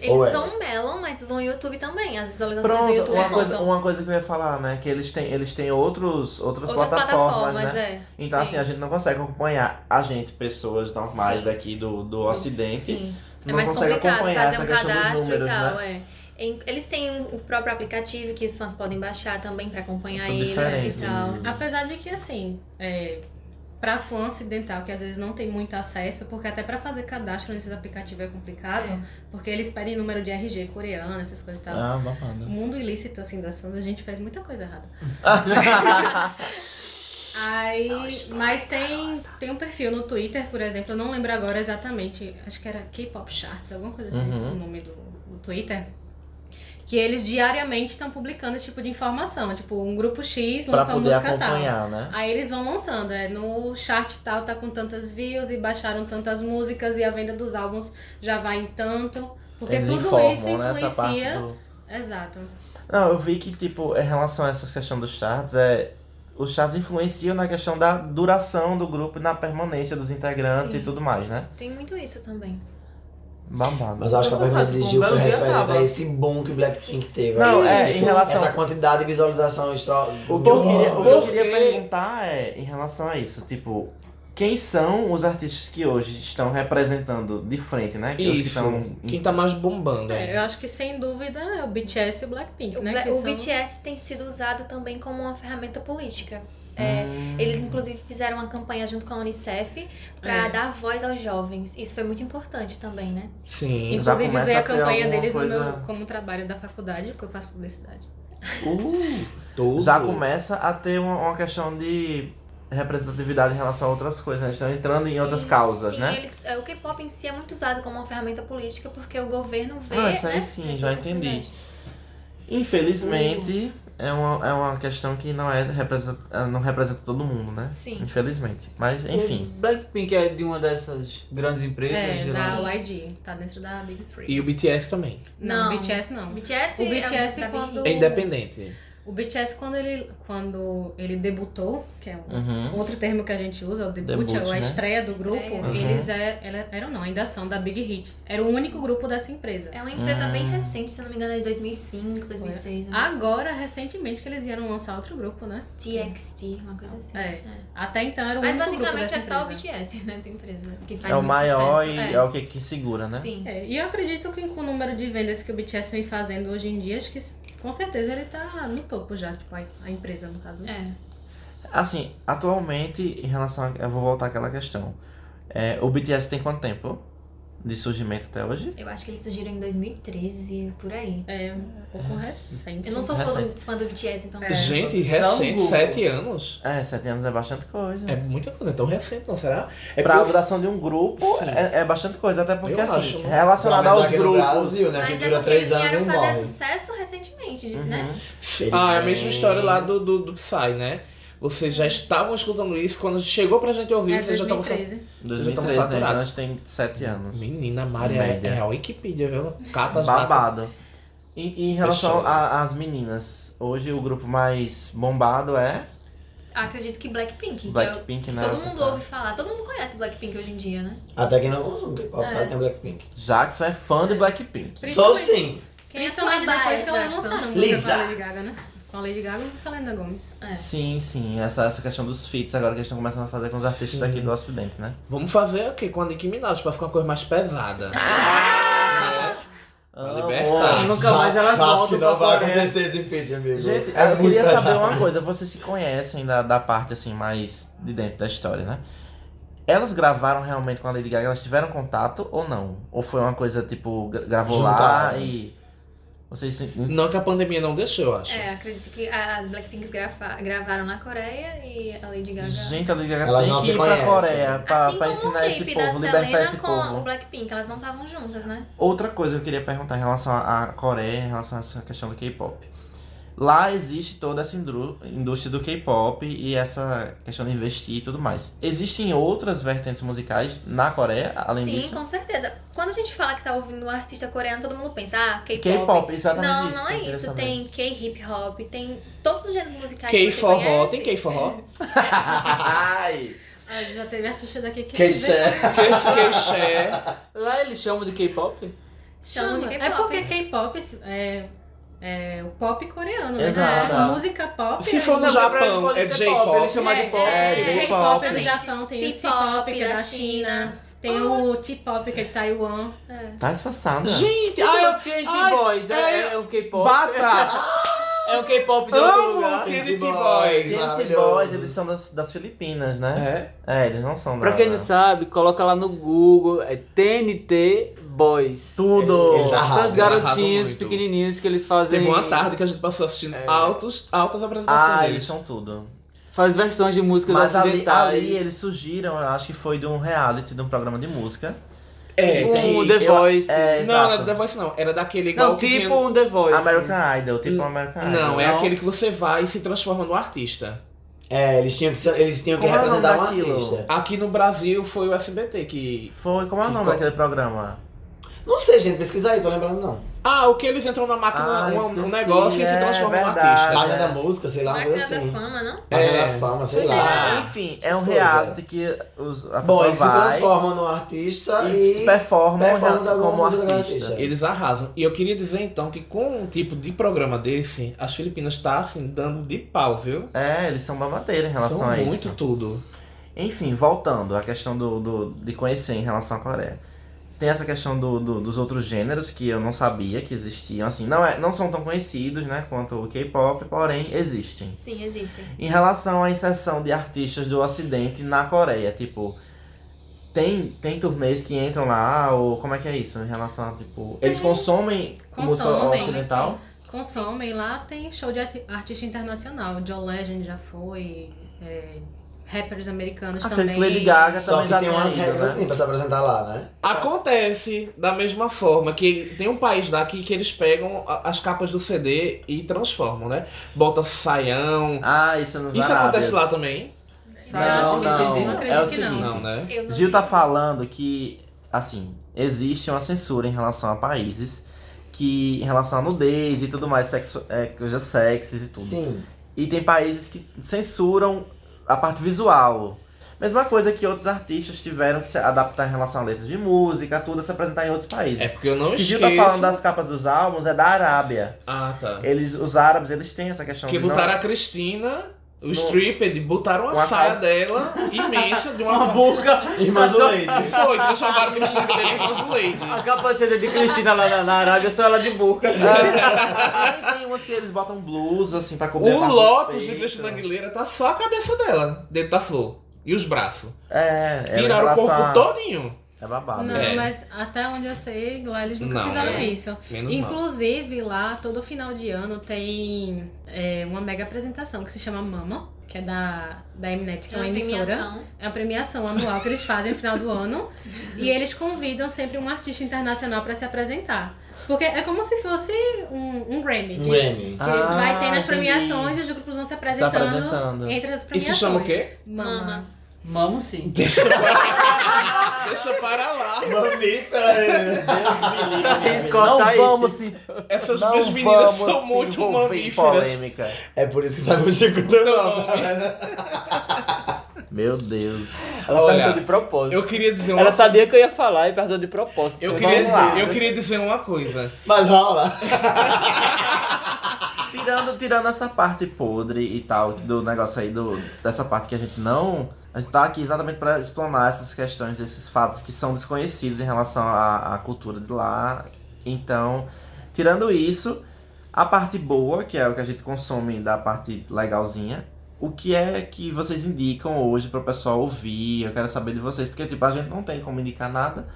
Eles Ou é? são um Melon, mas usam o YouTube também. As visualizações Pronto, do YouTube é uma coisa, contam. uma coisa que eu ia falar, né? Que eles têm, eles têm outros, outras, Outras plataformas, plataformas, né? é. Então, assim, Sim. a gente não consegue acompanhar a gente, pessoas normais Sim. daqui do, do Ocidente. Sim. É Não mais consegue complicado acompanhar fazer um essa questão cadastro dos números, e tal, né? é. Em- Eles têm o próprio aplicativo que os fãs podem baixar também pra acompanhar É Tudo eles diferente. né, e tal. Ah, Apesar de que, assim, é, pra fã ocidental, que às vezes não tem muito acesso, porque até pra fazer cadastro nesses aplicativos é complicado, É. porque eles pedem número de RG coreano, essas coisas e tal. tá. Ah, O babado. mundo ilícito, assim, das fãs, a gente faz muita coisa *laughs* errada. Aí, é mas tem, tem um perfil no Twitter, por exemplo, eu não lembro agora exatamente, acho que era K-Pop Charts, alguma coisa assim, Uhum. o nome do, do Twitter. Que eles diariamente estão publicando esse tipo de informação. Tipo, um grupo X pra lança uma poder tá. música tal. acompanhar, né? Aí eles vão lançando, é, no chart tal tá com tantas views e baixaram tantas músicas e a venda dos álbuns já vai em tanto. Porque eles tudo informam, isso né? Essa parte influencia. do... Exato. Não, eu vi que, tipo, em relação a essa questão dos charts, é... Os charts influenciam na questão da duração do grupo e na permanência dos integrantes Sim. e tudo mais, né? Tem muito isso também. Babado. Mas eu acho que a Não, pergunta sabe, de um Gil foi belo dia referente tava. a esse boom que Blackpink teve. Não, aí. é, em relação- Essa quantidade de visualização estro... O que eu queria, o que eu Por queria quê? perguntar é, em relação a isso, tipo, quem são os artistas que hoje estão representando de frente, né? Que os que Isso. estão Quem tá mais bombando É, aí? eu acho que sem dúvida é o BTS e o Blackpink, O, né? Bla- que o são- BTS tem sido usado também como uma ferramenta política. É, Hum. Eles, inclusive, fizeram uma campanha junto com a Unicef pra É. dar voz aos jovens. Isso foi muito importante também, né? Sim. Já Inclusive, começa usei a a ter campanha alguma deles no coisa- meu- como trabalho da faculdade, porque eu faço publicidade. Uh, Tudo. já começa a ter uma, uma questão de representatividade em relação a outras coisas, né? Eles estão entrando em Sim, outras causas, sim, né? eles- é, o K-pop em si é muito usado como uma ferramenta política porque o governo vê. Ah, isso aí né, sim, essa já entendi. oportunidade. Infelizmente, é uma, é uma questão que não, é representa, não representa todo mundo, né? Sim. Infelizmente. Mas, enfim. O Blackpink é de uma dessas grandes empresas. É, de da lá. YG, tá dentro da Big Three. E o BTS também. Não, Não. BTS Hum. não. BTS, O BTS é, um- da quando- É Billie Eilish. independente. O BTS, quando ele, quando ele debutou, que é um Uhum. outro termo que a gente usa, o debut, Debut, é a né? estreia do grupo, Estreia. Uhum. eles é- ela- eram não, ainda são da Big Hit. Era o único grupo dessa empresa. É uma empresa bem Hum. recente, se eu não me engano, é de 2005, 2006. uma coisa Agora, recentemente, que eles vieram lançar outro grupo, né? assim. TXT, uma coisa assim. É. É. Até então era o Mas único grupo basicamente dessa é só o empresa. *laughs* BTS nessa empresa. Que faz É o muito maior sucesso. e é. o que, que segura, né? Sim. É, e eu acredito que com o número de vendas que o BTS vem fazendo hoje em dia, acho que com certeza ele tá no topo já, tipo, a, a empresa no caso. né? É. Assim, atualmente, em relação a. Eu vou voltar àquela questão. É, o BTS tem quanto tempo de surgimento até hoje? Eu acho que eles surgiram em 2013, por aí. É, um pouco recente. Eu não sou fã Recente. do, fã do BTS, então. É. Gente, Dá um recente, Google. sete anos. É, sete anos é bastante coisa. É muita coisa, é tão recente, não será? É pra porque- duração de um grupo, Sim. é, é bastante coisa. Até porque, Eu assim, acho, né? relacionado aos aqui no grupos. Brasil, né? Mas que é dura porque três eles anos e vieram fazer morre. sucesso recentemente, Uhum. né? Ah, é a Eles mesma vêm- história lá do, do, do Psy, né? Vocês já estavam escutando isso, quando chegou pra gente ouvir, É vocês já tá estavam... 2013. 2013, né? Então saturados. eles têm Uhum. sete anos. Menina, a Mari é, Média. é a Wikipedia, viu? Cata as datas. Babado. E, e em relação Fechou. a- às meninas, hoje o grupo mais bombado é Acredito que Blackpink. Que Blackpink, é, né? todo mundo ouve falar, todo mundo conhece Blackpink hoje em dia, né? Até quem não consome K-pop É. sabe que é Blackpink. assim. Jackson é fã de Blackpink. Sou sim. Principalmente depois que elas lançaram música Lisa. com a Lady Gaga, né? Com a Lady Gaga e com a Selena Gomez. É. Sim, sim. Essa, essa questão dos feats agora que eles estão começando a fazer com os artistas Sim. daqui do ocidente, né? Vamos fazer o quê? Com a Nicki Minaj, pra ficar uma coisa mais pesada. Né? Ah, Pra E libertar. nunca mais elas acho voltam que não pra vai Coreia. acontecer esse feat, amigo. Gente, é eu muito queria pesado. saber uma coisa. Vocês se conhecem da, da parte, assim, mais de dentro da história, né? Elas gravaram realmente com a Lady Gaga? Elas tiveram contato ou não? Ou foi uma coisa, tipo, gra- gravou lá Juntaram. e... Vocês se... Não que a pandemia não deixou, eu acho. É, acredito que a- as Blackpinks grafa- gravaram na Coreia e a Lady Gaga. Gente, a Lady Gaga Elas tem não que se ir pra conhecem. Coreia pra, assim pra como o ensinar esse clipe da povo, libertar esse Selena com o povo. Blackpink, elas não estavam juntas, né? Outra coisa que eu queria perguntar em relação à à Coreia, em relação a essa questão do K-pop. Lá existe toda essa indru- indústria do K-pop e essa questão de investir e tudo mais. Existem outras vertentes musicais na Coreia, além Sim, disso? com certeza. Quando a gente fala que tá ouvindo um artista coreano, todo mundo pensa, ah, K-pop. K-pop, tá exatamente Não, isso. não que é eu queria isso. saber. Tem K-hip hop, tem todos os gêneros musicais. que você K-forró, conhece. tem K-forró? Ai! Ah, já teve artista daqui que... K-Share. K-xé. Lá eles chamam de K-pop? Chamam de É K-pop. porque K-pop é, é o pop coreano, né? Exato. Tipo, música pop... Se é- for no Não, Japão, pode é ser pop, J-pop. Eles chamam de pop. É, J-pop tem J-pop que é do também. Japão, tem o C-pop C-pop que é da da China, tem o T-pop que é de Taiwan. É. Tá espaçada. Gente, Ah, ai, é eu o T&T ai, Boys, é, é- é o K-pop. bata! É o K-pop de outro Amo lugar. o T&T Boys. Boys! Gente, Maravilhoso. boys, eles são das, das Filipinas, né? É. É, eles não são da... Pra quem não sabe, coloca lá no Google, é TNT Boys. Tudo! Eles arrasam. São os garotinhos muito. pequenininhos que eles fazem... Teve uma tarde que a gente passou assistindo É. altos, altas apresentações Ah, eles deles. são tudo. Faz versões de músicas Mas ali, ocidentais. ali eles surgiram, eu acho que foi de um reality, de um programa de música. É, Tipo tem... um The eu- Voice. é, Não, não exato. era da Voice não. Era daquele igual Não, que tipo tinha- um The Voice. American Idol, tipo Hum, American Idol. Não, é não. aquele que você vai e se transforma no artista. É, eles tinham que, ser- eles tinham que Como é o nome representar um daquilo? artista. Aqui no Brasil foi o SBT que... Foi, como é o Que nome co- daquele programa? Não sei, gente, pesquisar aí, tô lembrando não. Ah, o que eles entram na máquina, Ah, um, um esqueci, negócio e se é transformam num verdade. artista. Página é. da música, sei lá, uma coisa Máquina da assim. fama, não? Página É. da fama, sei Sei lá. lá. Enfim, é Ah, essas um coisas, reality que os, Bom, a pessoa eles se vai transformam num artista e e. se performam performam real- alguma como música que ela artista. fez, Eles arrasam. E eu queria dizer então que com um tipo de programa desse, as Filipinas tá assim dando de pau, viu? É, eles são babateiros em relação São a isso. muito tudo. Enfim, voltando à questão do, do- de conhecer em relação à Coreia. Tem essa questão do, do- dos outros gêneros que eu não sabia que existiam, assim, não, é, não são tão conhecidos, né, quanto o K-pop, porém existem. Sim, existem. Em relação à inserção de artistas do Ocidente na Coreia, tipo, tem, tem turnês que entram lá, ou como é que é isso? Em relação a, tipo, eles Tem. consomem, Consomem, música ocidental? Consomem lá, tem show de arti- artista internacional. John Legend já foi, é, rappers americanos Acredito também. que Lady Gaga Só também já que tem umas ido, regras né? assim pra se apresentar lá, né? Acontece da mesma forma que tem um país daqui que eles pegam a- as capas do CD e transformam, né? Bota saião. Ah, isso nos Isso acontece Arábias. lá também? Não, Não, Tá, acho que não, entendi. é Não o acredito que seguinte, não. Não, né? Eu não Gil tá vi. falando que, assim, existe uma censura em relação a países que, em relação a nudez e tudo mais, sexo, é, coisas sexys e tudo. Sim. um E tem países que censuram a parte visual. Mesma coisa que outros artistas tiveram que se adaptar em relação a letras de música, tudo, se apresentar em outros É países. porque eu não o que Gil esqueço. tá falando das capas dos álbuns é da Arábia. Ah, tá. Eles, os árabes, eles têm essa questão Que de não- botaram a Cristina, o No- stripper, botaram uma, Uma saia calça. dela imensa de uma Uma boca. Irmã do Só- E Leite. Foi, transformaram a Cristina dele em azuleide. A capa de CD de Cristina lá na, na Arábia, só ela de boca. *laughs* Aí tem umas que eles botam blusa, assim, pra cobrir a O parte do Lotus de peito. Cristina Aguilera tá só a cabeça dela, dentro da flor. E os braços. É, é em Tiraram o relação corpo a- todinho. É babado. Não, É. mas até onde eu sei, lá eles nunca Não, fizeram né? isso. Menos mal. Inclusive, lá, todo final de ano tem é, uma mega apresentação que se chama Mama, que é da, da Mnet, que é uma, emissora. premiação. É uma premiação anual que eles fazem no final do ano. e eles convidam sempre um artista internacional pra se apresentar. Porque é como se fosse um, um Grammy. Um que- Grammy. que Ah, vai ter nas premiações e os grupos vão se Se apresentando, apresentando. entre as E se premiações. chama o quê? Mama. Mamo *laughs* sim. Deixa para, Deixa para lá. Mamífera. Eles Não cortam vamos isso. se. Essas não duas meninas vamos são se muito envolver em mamíferas. polêmica. É por isso que sabe o Chico do nome. Meu Deus. Ela Olha, perguntou de propósito. Eu queria dizer uma Ela sabia que eu ia falar e perguntou de propósito. eu Vamos lá. queria, eu queria dizer uma coisa. Mas rola. Tirando, tirando essa parte podre e tal, do negócio aí, do, dessa parte que a gente não. A gente tá aqui exatamente pra explanar essas questões, esses fatos que são desconhecidos em relação à, à cultura de lá. Então, tirando isso, a parte boa, que é o que a gente consome da parte legalzinha, o que é que vocês indicam hoje pro pessoal ouvir? Eu quero saber de vocês, porque tipo, a gente não tem como indicar nada.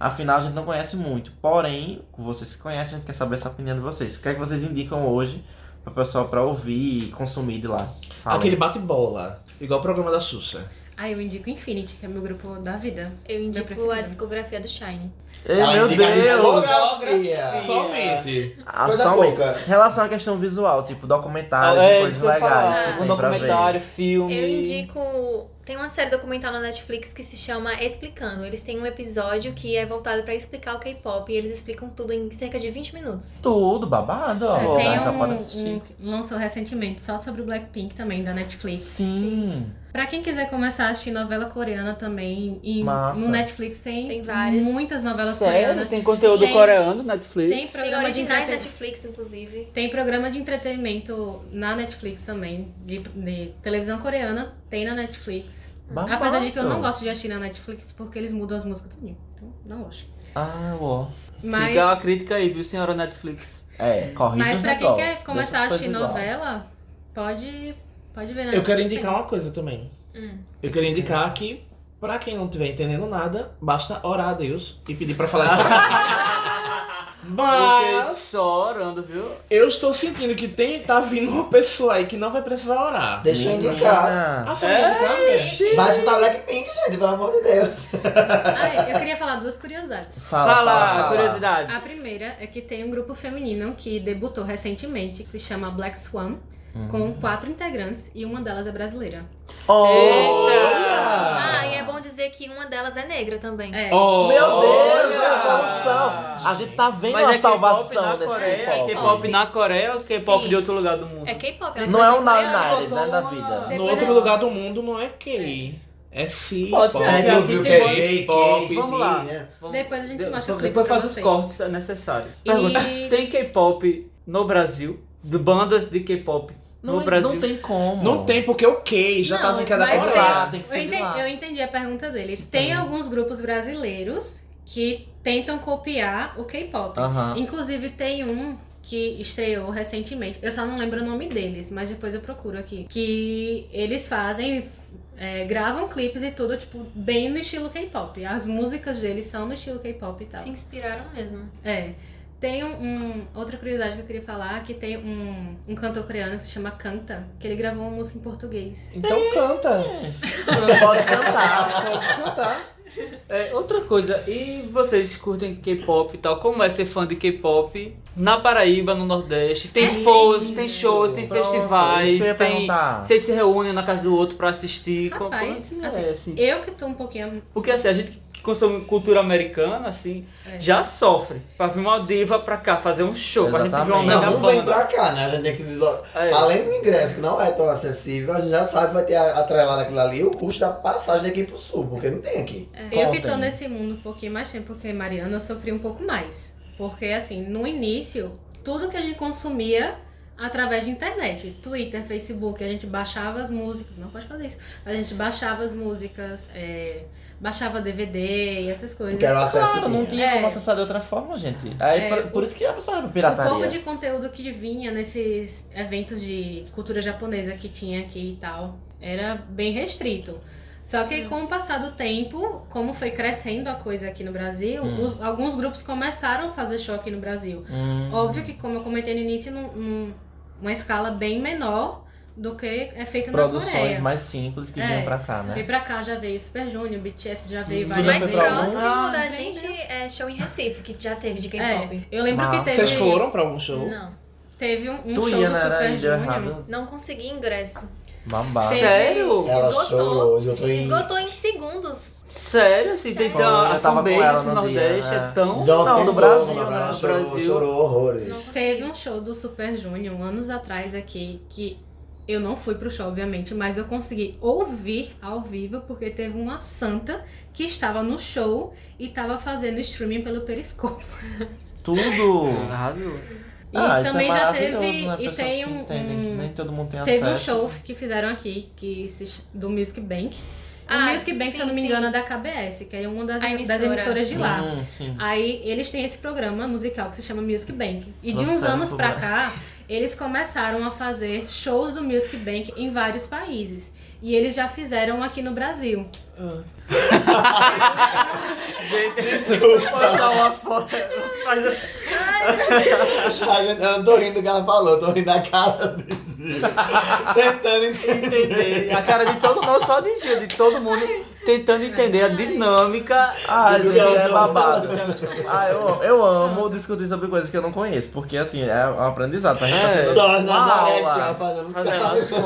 Afinal, a gente não conhece muito. Porém, vocês que conhecem, a gente quer saber essa opinião de vocês. O que é que vocês indicam hoje pro pessoal pra ouvir e consumir de lá? Fala. Aquele bate-bola. Igual o programa da Xuxa. Aí eu indico Infinity, que é meu grupo da vida. Eu indico preferido. a discografia do Shine. Ei, meu indica Deus! discografia. Somente. Ah, Coisa só um- pouca. Em relação à questão visual, tipo documentários É, e isso coisas que eu ia legais. falar. que Um tem pra ver. documentário, filme. Eu indico. Tem uma série documental na Netflix que se chama Explicando. Eles têm um episódio que é voltado pra explicar o K-pop e eles explicam tudo em cerca de 20 minutos. Tudo babado, ó. É, tem Tá já pode assistir. um, um que lançou recentemente só sobre o Blackpink também da Netflix. Sim. Pra quem quiser começar a assistir novela coreana também, e Massa. no Netflix tem, Tem várias. muitas novelas Sério? coreanas. Tem conteúdo Tem- coreano, Netflix? Tem Tem programa de originais entretenimento. Netflix, inclusive. Tem programa de entretenimento na Netflix também, de, de televisão coreana, tem na Netflix. Babado. Apesar de que eu não gosto de assistir na Netflix porque eles mudam as músicas tudinho. Então, não gosto. Ah, ó. Mas, Fica uma crítica aí, viu, senhora Netflix? É, corrige mas os pra quem negócios, quer começar a deixa as assistir coisas igual. novela, pode, pode ver na Eu quero Netflix, indicar uma coisa também. Hum. Eu queria indicar que, pra quem não estiver entendendo nada, basta orar a Deus e pedir pra falar. em português. Fiquei *laughs* Mas só orando, viu? eu estou sentindo que tem, tá vindo uma pessoa aí que não vai precisar orar. Deixa eu Menina. indicar. Ah, você vai indicar? Vai escutar Blackpink, gente, pelo amor de Deus. Ah, eu queria falar duas curiosidades. Fala, Fala, fala, fala. curiosidades. A primeira é que tem um grupo feminino que debutou recentemente, que se chama Black Swan, Hum. com quatro integrantes e uma delas é brasileira. Oh, Eita! Ah, e é bom dizer que uma delas é negra também. É. Oh, Meu Deus, olha! é a evolução! A gente tá vendo Mas a é salvação K-pop na desse Coreia, é K-pop. K-pop na Coreia ou K-pop Sim. de outro lugar do mundo? É K-pop. elas Não é cantam o coreano. Nine Nine, né, botou da uma- vida. No Depois outro é- lugar do mundo não é K. É C. Pode ser, pop. é, É, eu vi o que é J, K-pop, K, sim. vamos lá. né? Vamos- Depois a gente de- mostra o clipe Depois pra faz os vocês. cortes necessários. E- Pergunta, tem K-pop no Brasil? De bandas de K-pop no Não, Brasil? não tem como. Não tem, porque o K já Não, tá vindo da mas Mas tem. Coreia. lá, tem que Eu ser de lá. entendi, eu entendi a pergunta dele. Sim. Tem alguns grupos brasileiros que tentam copiar o K-pop. Aham. Inclusive tem um que estreou recentemente, eu só não lembro o nome deles, mas depois eu procuro aqui. Que eles fazem, é, gravam clipes e tudo, tipo, bem no estilo K-pop. As músicas deles são no estilo K-pop e tal. Se inspiraram mesmo. É. Tem um, um- outra curiosidade que eu queria falar, que tem um, um cantor coreano que se chama Kanta, que ele gravou uma música em português. Então canta. Pode *laughs* cantar. Pode cantar. É, outra coisa, e vocês curtem K-pop e tal? Como é ser fã de K-pop na Paraíba, no Nordeste? Tem É shows, isso. tem shows, tem Pronto, isso festivais, que eu ia tem. perguntar. é Vocês se reúnem na casa do outro pra assistir. Qual- Rapaz, como é, que assim, é, assim? Eu que tô um pouquinho. Porque assim, a gente que consome cultura americana, assim, É. já sofre pra vir uma diva pra cá, fazer um show, pra gente ver uma Exatamente. mega Não, não vem banda. pra cá, né? A gente tem que se deslocar. É. Além do ingresso, que não é tão acessível, a gente já sabe que vai ter a- atrelado aquilo ali o custo da passagem daqui pro sul, porque não tem aqui. Eu que Contem. tô nesse mundo um pouquinho mais tempo que Mariana, eu sofri um pouco mais. Porque, assim, no início, tudo que a gente consumia através de internet, Twitter, Facebook, a gente baixava as músicas, não pode fazer isso, mas a gente baixava as músicas, é, baixava DVD e essas coisas. Porque era o acesso Claro, que não tinha. tinha como É. acessar de outra forma, gente. Aí, É, por, o- por isso que a pessoa era O pouco pirataria. de conteúdo que vinha nesses eventos de cultura japonesa que tinha aqui e tal era bem restrito. Só que com o passar do tempo, como foi crescendo a coisa aqui no Brasil, Hum. os- alguns grupos começaram a fazer show aqui no Brasil. Hum. Óbvio que, como eu comentei no início, num, num- uma escala bem menor do que é feita na Produções Coreia. mais simples que É. vinham pra cá, né? E pra cá já veio Super Junior, BTS já veio Hum. várias já Mais foi vezes. pra algum? próximo Ah, da meu gente Deus. é show em Recife, que já teve de K-pop. É, eu lembro Massa. que teve. Vocês foram pra algum show? Não. Teve um, um Tu show ia, do né? Era Super aí, deu Junior. errado. Não consegui ingresso. Babado. Sim. Sério? Ela Esgotou. chorou, esgotou em. Esgotou em segundos. Sério, assim, tem Sério? tem uma a Eu tava com ela fanbase no no dia, Nordeste, é né? tão. Johnson Não, no Doma, Brasil, ela né? No chorou, Brasil. chorou horrores. Não. Teve um show do Super Junior anos atrás aqui que eu não fui pro show, obviamente, mas eu consegui ouvir ao vivo porque teve uma santa que estava no show e estava fazendo streaming pelo Periscope. Tudo. Arrasou. E ah, isso também é já maravilhoso, teve né? e Pessoas tem que um, entendem que um- nem todo mundo tem teve um acesso. show que fizeram aqui que se ch- do Music Bank. Ah, o Music Bank, se eu sim, não me sim. engano, é da KBS, que é uma das, A das emissora. emissoras de lá. Sim, sim. Aí eles têm esse programa musical que se chama Music Bank. E de uns Lançando anos pro pra Brasil. cá, eles começaram a fazer shows do Music Bank em vários países. E eles já fizeram aqui no Brasil. *laughs* Gente, postar uma foto. faz- A gente- Eu não tô rindo do que ela falou, eu tô rindo da cara do Gil. Tentando entender. Entender. A cara de todo mundo, só de Gil, de todo mundo tentando entender a dinâmica. Ah, gente, é Johnson. babado. Ah, eu, amo- eu amo discutir sobre coisas que eu não conheço, porque assim, é um aprendizado pra gente tá É. sendo Só as uma Nazaré que ela aula. fazendo os Fazer caras. elas com-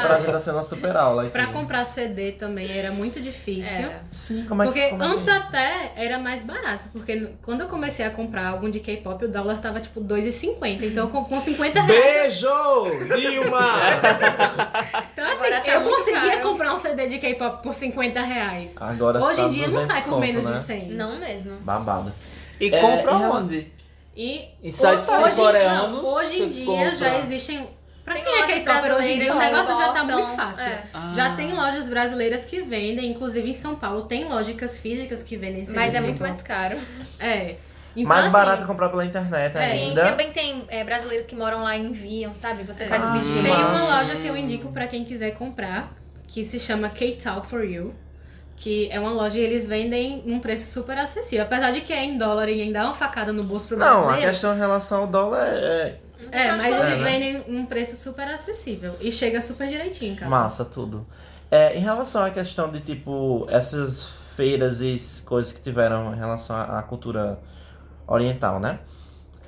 Pra gente tá sendo uma super aula. Pra enfim. comprar CD também era muito difícil. Era. Sim, como é que Porque como é que antes é? até era mais barato, porque n- quando eu comecei a comprar algum de K-pop, o dólar tava tipo 2,50. Então com, com 50 reais. Beijo, Dilma! Então assim, Agora tá eu muito conseguia caro. comprar um CD de K-pop por 50 reais. Agora Hoje tá em dia não 200 sai por conto, menos né? de 100. Não mesmo. Babado. E É, compra em rela- onde? E Em sites hoje- hoje- coreanos, não, Hoje em você dia compra. já existem. Pra Tem quem é lojas K-Popper hoje em dia, o brasileiras, negócio já tá importam. muito fácil. É. Já Ah. tem lojas brasileiras que vendem, inclusive em São Paulo tem lógicas físicas que vendem CD Mas é de muito K-pop. mais caro. É. Então, Mais assim, barato comprar pela internet É, e ainda. também tem é, brasileiros que moram lá e enviam, sabe? Você É. faz Ah, o pedido. que Tem Massa. uma loja que eu indico pra quem quiser comprar, que se chama K-Tal for You. Que é uma loja e eles vendem num preço super acessível. Apesar de que é em dólar e ainda dá uma facada no bolso pro Não, a brasileiro. questão em relação ao dólar é, um É, mas É, eles né? vendem num preço super acessível. E chega super direitinho, é cara. massa tudo. É, em relação à questão de, tipo, essas feiras e s- coisas que tiveram em relação à, à cultura oriental, né?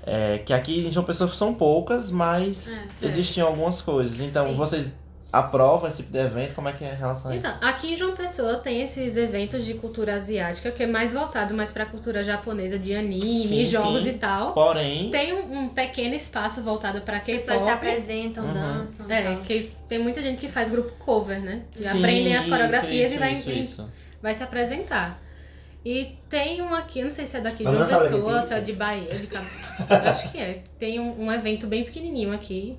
É, que aqui em João Pessoa são poucas, mas É, existiam algumas coisas. Então, Sim. vocês aprova esse tipo de evento? Como é que é em relação a isso? Então, aqui em João Pessoa tem esses eventos de cultura asiática, que é mais voltado mais pra cultura japonesa, de anime, Sim, jogos sim. e tal. Porém, Tem um, um pequeno espaço voltado pra As pessoas se K-pop. apresentam, Uhum. dançam. É, tal. que tem muita gente que faz grupo cover, né? Que Sim, aprendem as isso, coreografias isso, e vai, isso, isso. vai se apresentar. E tem um aqui, eu não sei se é daqui de Vamos uma dançar o pessoa, Olympics? se é de Bahia, de Cabo- eu *laughs* acho que é. Tem um, um evento bem pequenininho aqui,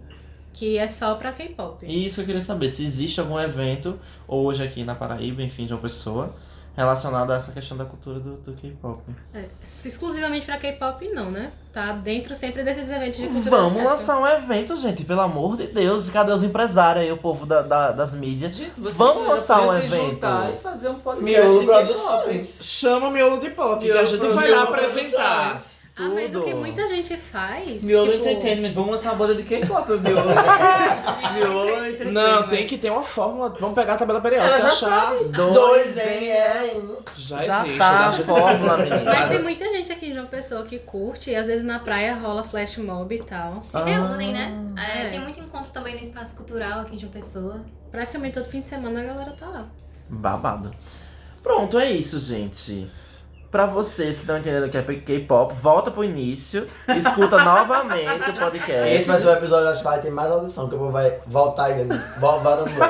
que é só pra K-pop. E isso eu queria saber, se existe algum evento hoje aqui na Paraíba, enfim, de uma pessoa, relacionado a essa questão da cultura do, do K-pop. É, exclusivamente pra K-pop, não, né? Tá dentro sempre desses eventos de cultura Vamos asiática. lançar um evento, gente, pelo amor de Deus. Cadê os empresários aí, o povo da- da- das mídias? Gente, vocês Vamos poderiam lançar um se juntar evento. e fazer um podcast Miolo de K-pop. Produções. Chama o miolo de pop, que a Miolo gente Produções. vai lá Miolo apresentar. Produções. Ah, mas o Tudo. que muita gente faz... Miolo tipo, Entertainment, vamos lançar uma banda de K-pop, o *laughs* Miolo. Miolo Entertainment. Não, tem que ter uma fórmula. Vamos pegar a tabela periódica. Ela já achar. Dois um. NN. Já, Já existe, tá né? a fórmula, menina. Mas tem muita gente aqui de uma pessoa que curte, e às vezes na praia rola flash mob e tal. Se reúnem, né? É, É. Tem muito encontro também no espaço cultural aqui em João Pessoa. Praticamente todo fim de semana a galera tá lá. Babado. Pronto, é isso, gente. Pra vocês que não entenderam o que é K-pop, volta pro início, escuta *laughs* novamente o podcast. Esse vai ser o episódio, acho que vai ter mais audição, que o povo vai voltar e volta, volta, no- volta, no-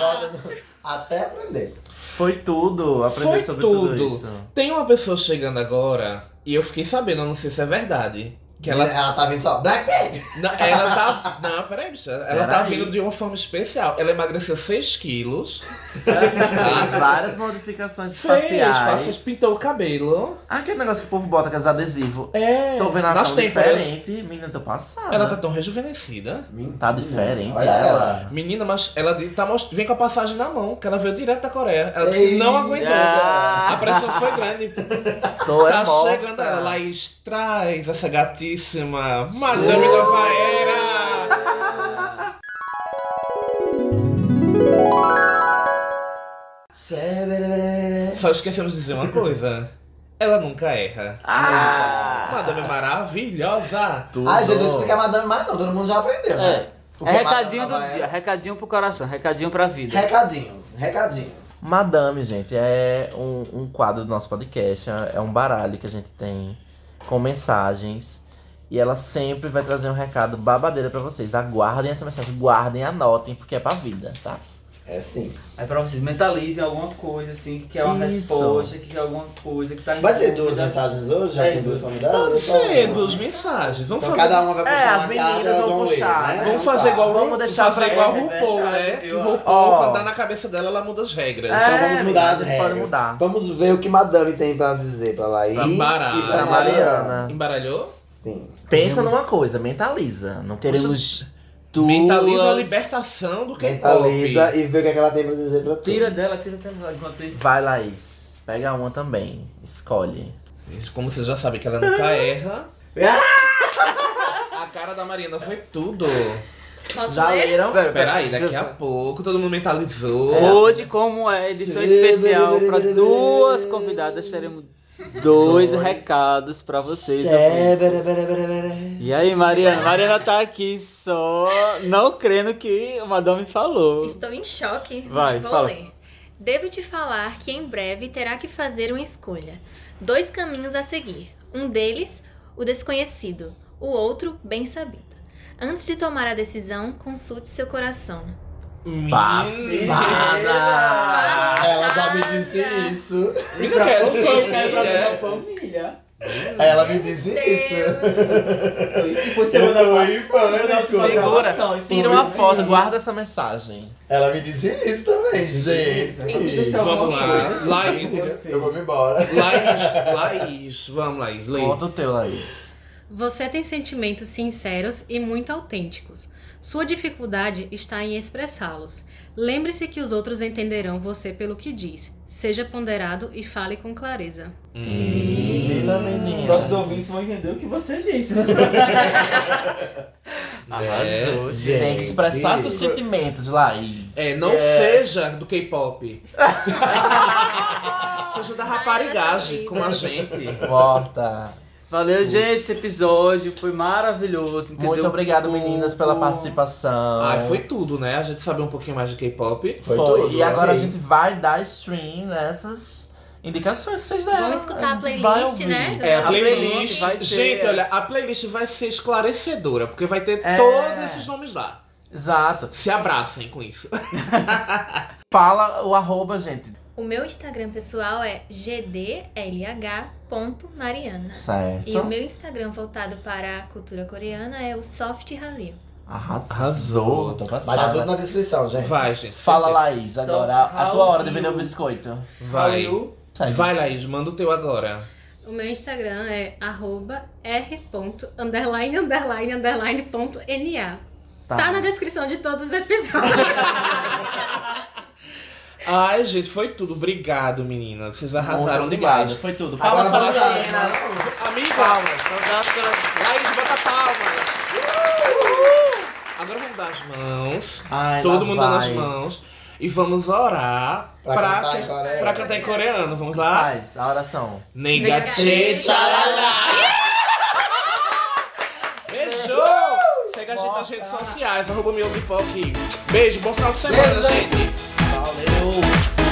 volta no- até aprender. Foi tudo, aprender Foi sobre tudo, tudo. isso. Tem uma pessoa chegando agora e eu fiquei sabendo, eu não sei se é verdade. Que Ela, ela. tá vindo só, Blackpink! Não, ela tá. Não, peraí, bicha. Ela tá Peraí. vindo de uma forma especial. Ela emagreceu 6 quilos. Fez várias modificações faciais. Fez, faces, pintou o cabelo. Ah, Aquele negócio que o povo bota, aqueles adesivos. É. Tô vendo a nas tão têmporas. diferente. Menina, tô passada. Ela tá tão rejuvenescida. Tá diferente Olha ela. Menina, mas ela di- tá most... vem com a passagem na mão, que ela veio direto da Coreia. Ela disse que não Eita. aguentou. Ah. A pressão foi grande. Tô é tá morta. chegando ela, Laís, traz essa gatíssima Madame Gafaera. Cê- Só esquecemos de dizer uma coisa. Ela nunca erra. Ah! Madame é maravilhosa. Tudo. Ai, gente, não explica Madame mais não, todo mundo já aprendeu, né? O É que recadinho Madame do dia, Gabriela- recadinho pro coração, recadinho pra vida. Recadinhos, recadinhos. Madame, gente, é um, um quadro do nosso podcast. É é um baralho que a gente tem com mensagens. E ela sempre vai trazer um recado babadeira pra vocês. Aguardem essa mensagem, guardem, anotem, porque é pra vida, tá? É sim. Aí pra vocês, mentalizem alguma coisa, assim, que é uma Isso. resposta, que é alguma coisa que tá em Vai ser dúvida. duas né? mensagens hoje, já É, tem duas duas convidadas? Pode Só uma. ser, é duas mensagens. Vamos Então fazer, cada uma vai É, puxar as uma meninas carta, elas vão vão ler, puxar. né? vamos Então fazer tá. igual Vamos Ru- deixar fazer pra igual ela, é RuPaul, né? verdade, Que eu- RuPaul, Ó. quando dá na cabeça dela, ela muda as regras. É, Então, vamos mudar menina, as a gente pode regras. mudar. Vamos ver o que Madame tem pra dizer pra Laís Pra Mara- e pra pra Mariana. Mariana. Embaralhou? Sim. Pensa numa coisa, mentaliza. Não puxa- Teremos duas... Mentaliza a libertação do K-pop. Mentaliza e vê o que, é que ela tem pra dizer pra tu. Tira dela, tira dela enquanto isso. Vai, Laís. Pega uma também. Escolhe. Como vocês já sabem que ela nunca erra. Ah! A cara da Mariana foi tudo. Posso Já ler? leram? Peraí, daqui a deixa eu- pouco todo mundo mentalizou. Hoje, como é edição especial para duas convidadas, teremos dois Dois. recados para vocês. Xé, bere, ouvintes. bere, bere, bere. E aí, Mariana? Mariana tá aqui só não crendo que o Madame falou. um- Estou em choque. Vai, Vou fala. ler. Devo te falar que em breve terá que fazer uma escolha. Dois caminhos a seguir. Um deles, o desconhecido. O outro, bem sabido. Antes de tomar a decisão, consulte seu coração. É. Menina, Passada! Ah, Ela já me disse isso. Menina, eu quero família. família. Ela me disse isso. Foi semana tô em passada, pânico. nossa gravação, Tira uma foto, guarda essa mensagem. Ela me disse isso também, gente. Vamos lá. Laís, Eu vou me embora. Laís, Laís. Vamos, Laís. Lê. Conta o teu, Laís. Você tem sentimentos sinceros e muito autênticos. Sua dificuldade está em expressá-los. Lembre-se que os outros entenderão você pelo que diz. Seja ponderado e fale com clareza. Eita, menina. Nossos ouvintes vão entender o que você disse. Arrasou. gente. Tem que expressar seus sentimentos, Laís. É, não seja do K-pop. seja da Ai, raparigagem eu como a gente. Morta. Valeu, gente. Esse episódio foi maravilhoso. Entendeu? Muito obrigado, O- meninas, pela o- participação. Uhum. Ai, foi tudo, né? A gente saber um pouquinho mais de K-pop. Foi Foi. tudo, né? e agora amei. a gente vai dar stream nessas indicações que vocês deram. Vamos escutar a gente vai playlist, né? ouvir. É, a A playlist playlist. vai ter- Gente, olha, a playlist vai ser esclarecedora, porque vai ter É. todos esses nomes lá. Exato. Se abracem com isso. Fala o arroba, gente. O meu Instagram pessoal é gdlh.mariana. Certo. E o meu Instagram voltado para a cultura coreana é o Soft Hallyu. Arrasou. Arrasou. Tô Vai dar tudo passada. na descrição, gente. Vai, gente. Fala, Laís, Só agora. A tua how hora de you- vender o biscoito. Vai. Valeu. Segue. Vai, Laís, manda o teu agora. O meu Instagram é arroba r. underline, underline, underline ponto NA. Tá. na descrição de todos os episódios. Ai, gente, foi tudo. Obrigado, meninas. Vocês Muito arrasaram obrigado. demais. Foi tudo. Agora Palmas vai para lá. a Laís. Amiga, Então, Laís, bota palmas. Agora vamos dar as mãos. Ai, Todo lá mundo dando as vai. mãos. E vamos orar Pra pra, cantar em coreano. pra cantar em coreano. Vamos lá? Faz a oração. Negache, tchalala. Beijo! Segue a gente nas redes sociais, arroba meu Beijo, bom final de semana, Beijo, gente. Valeu.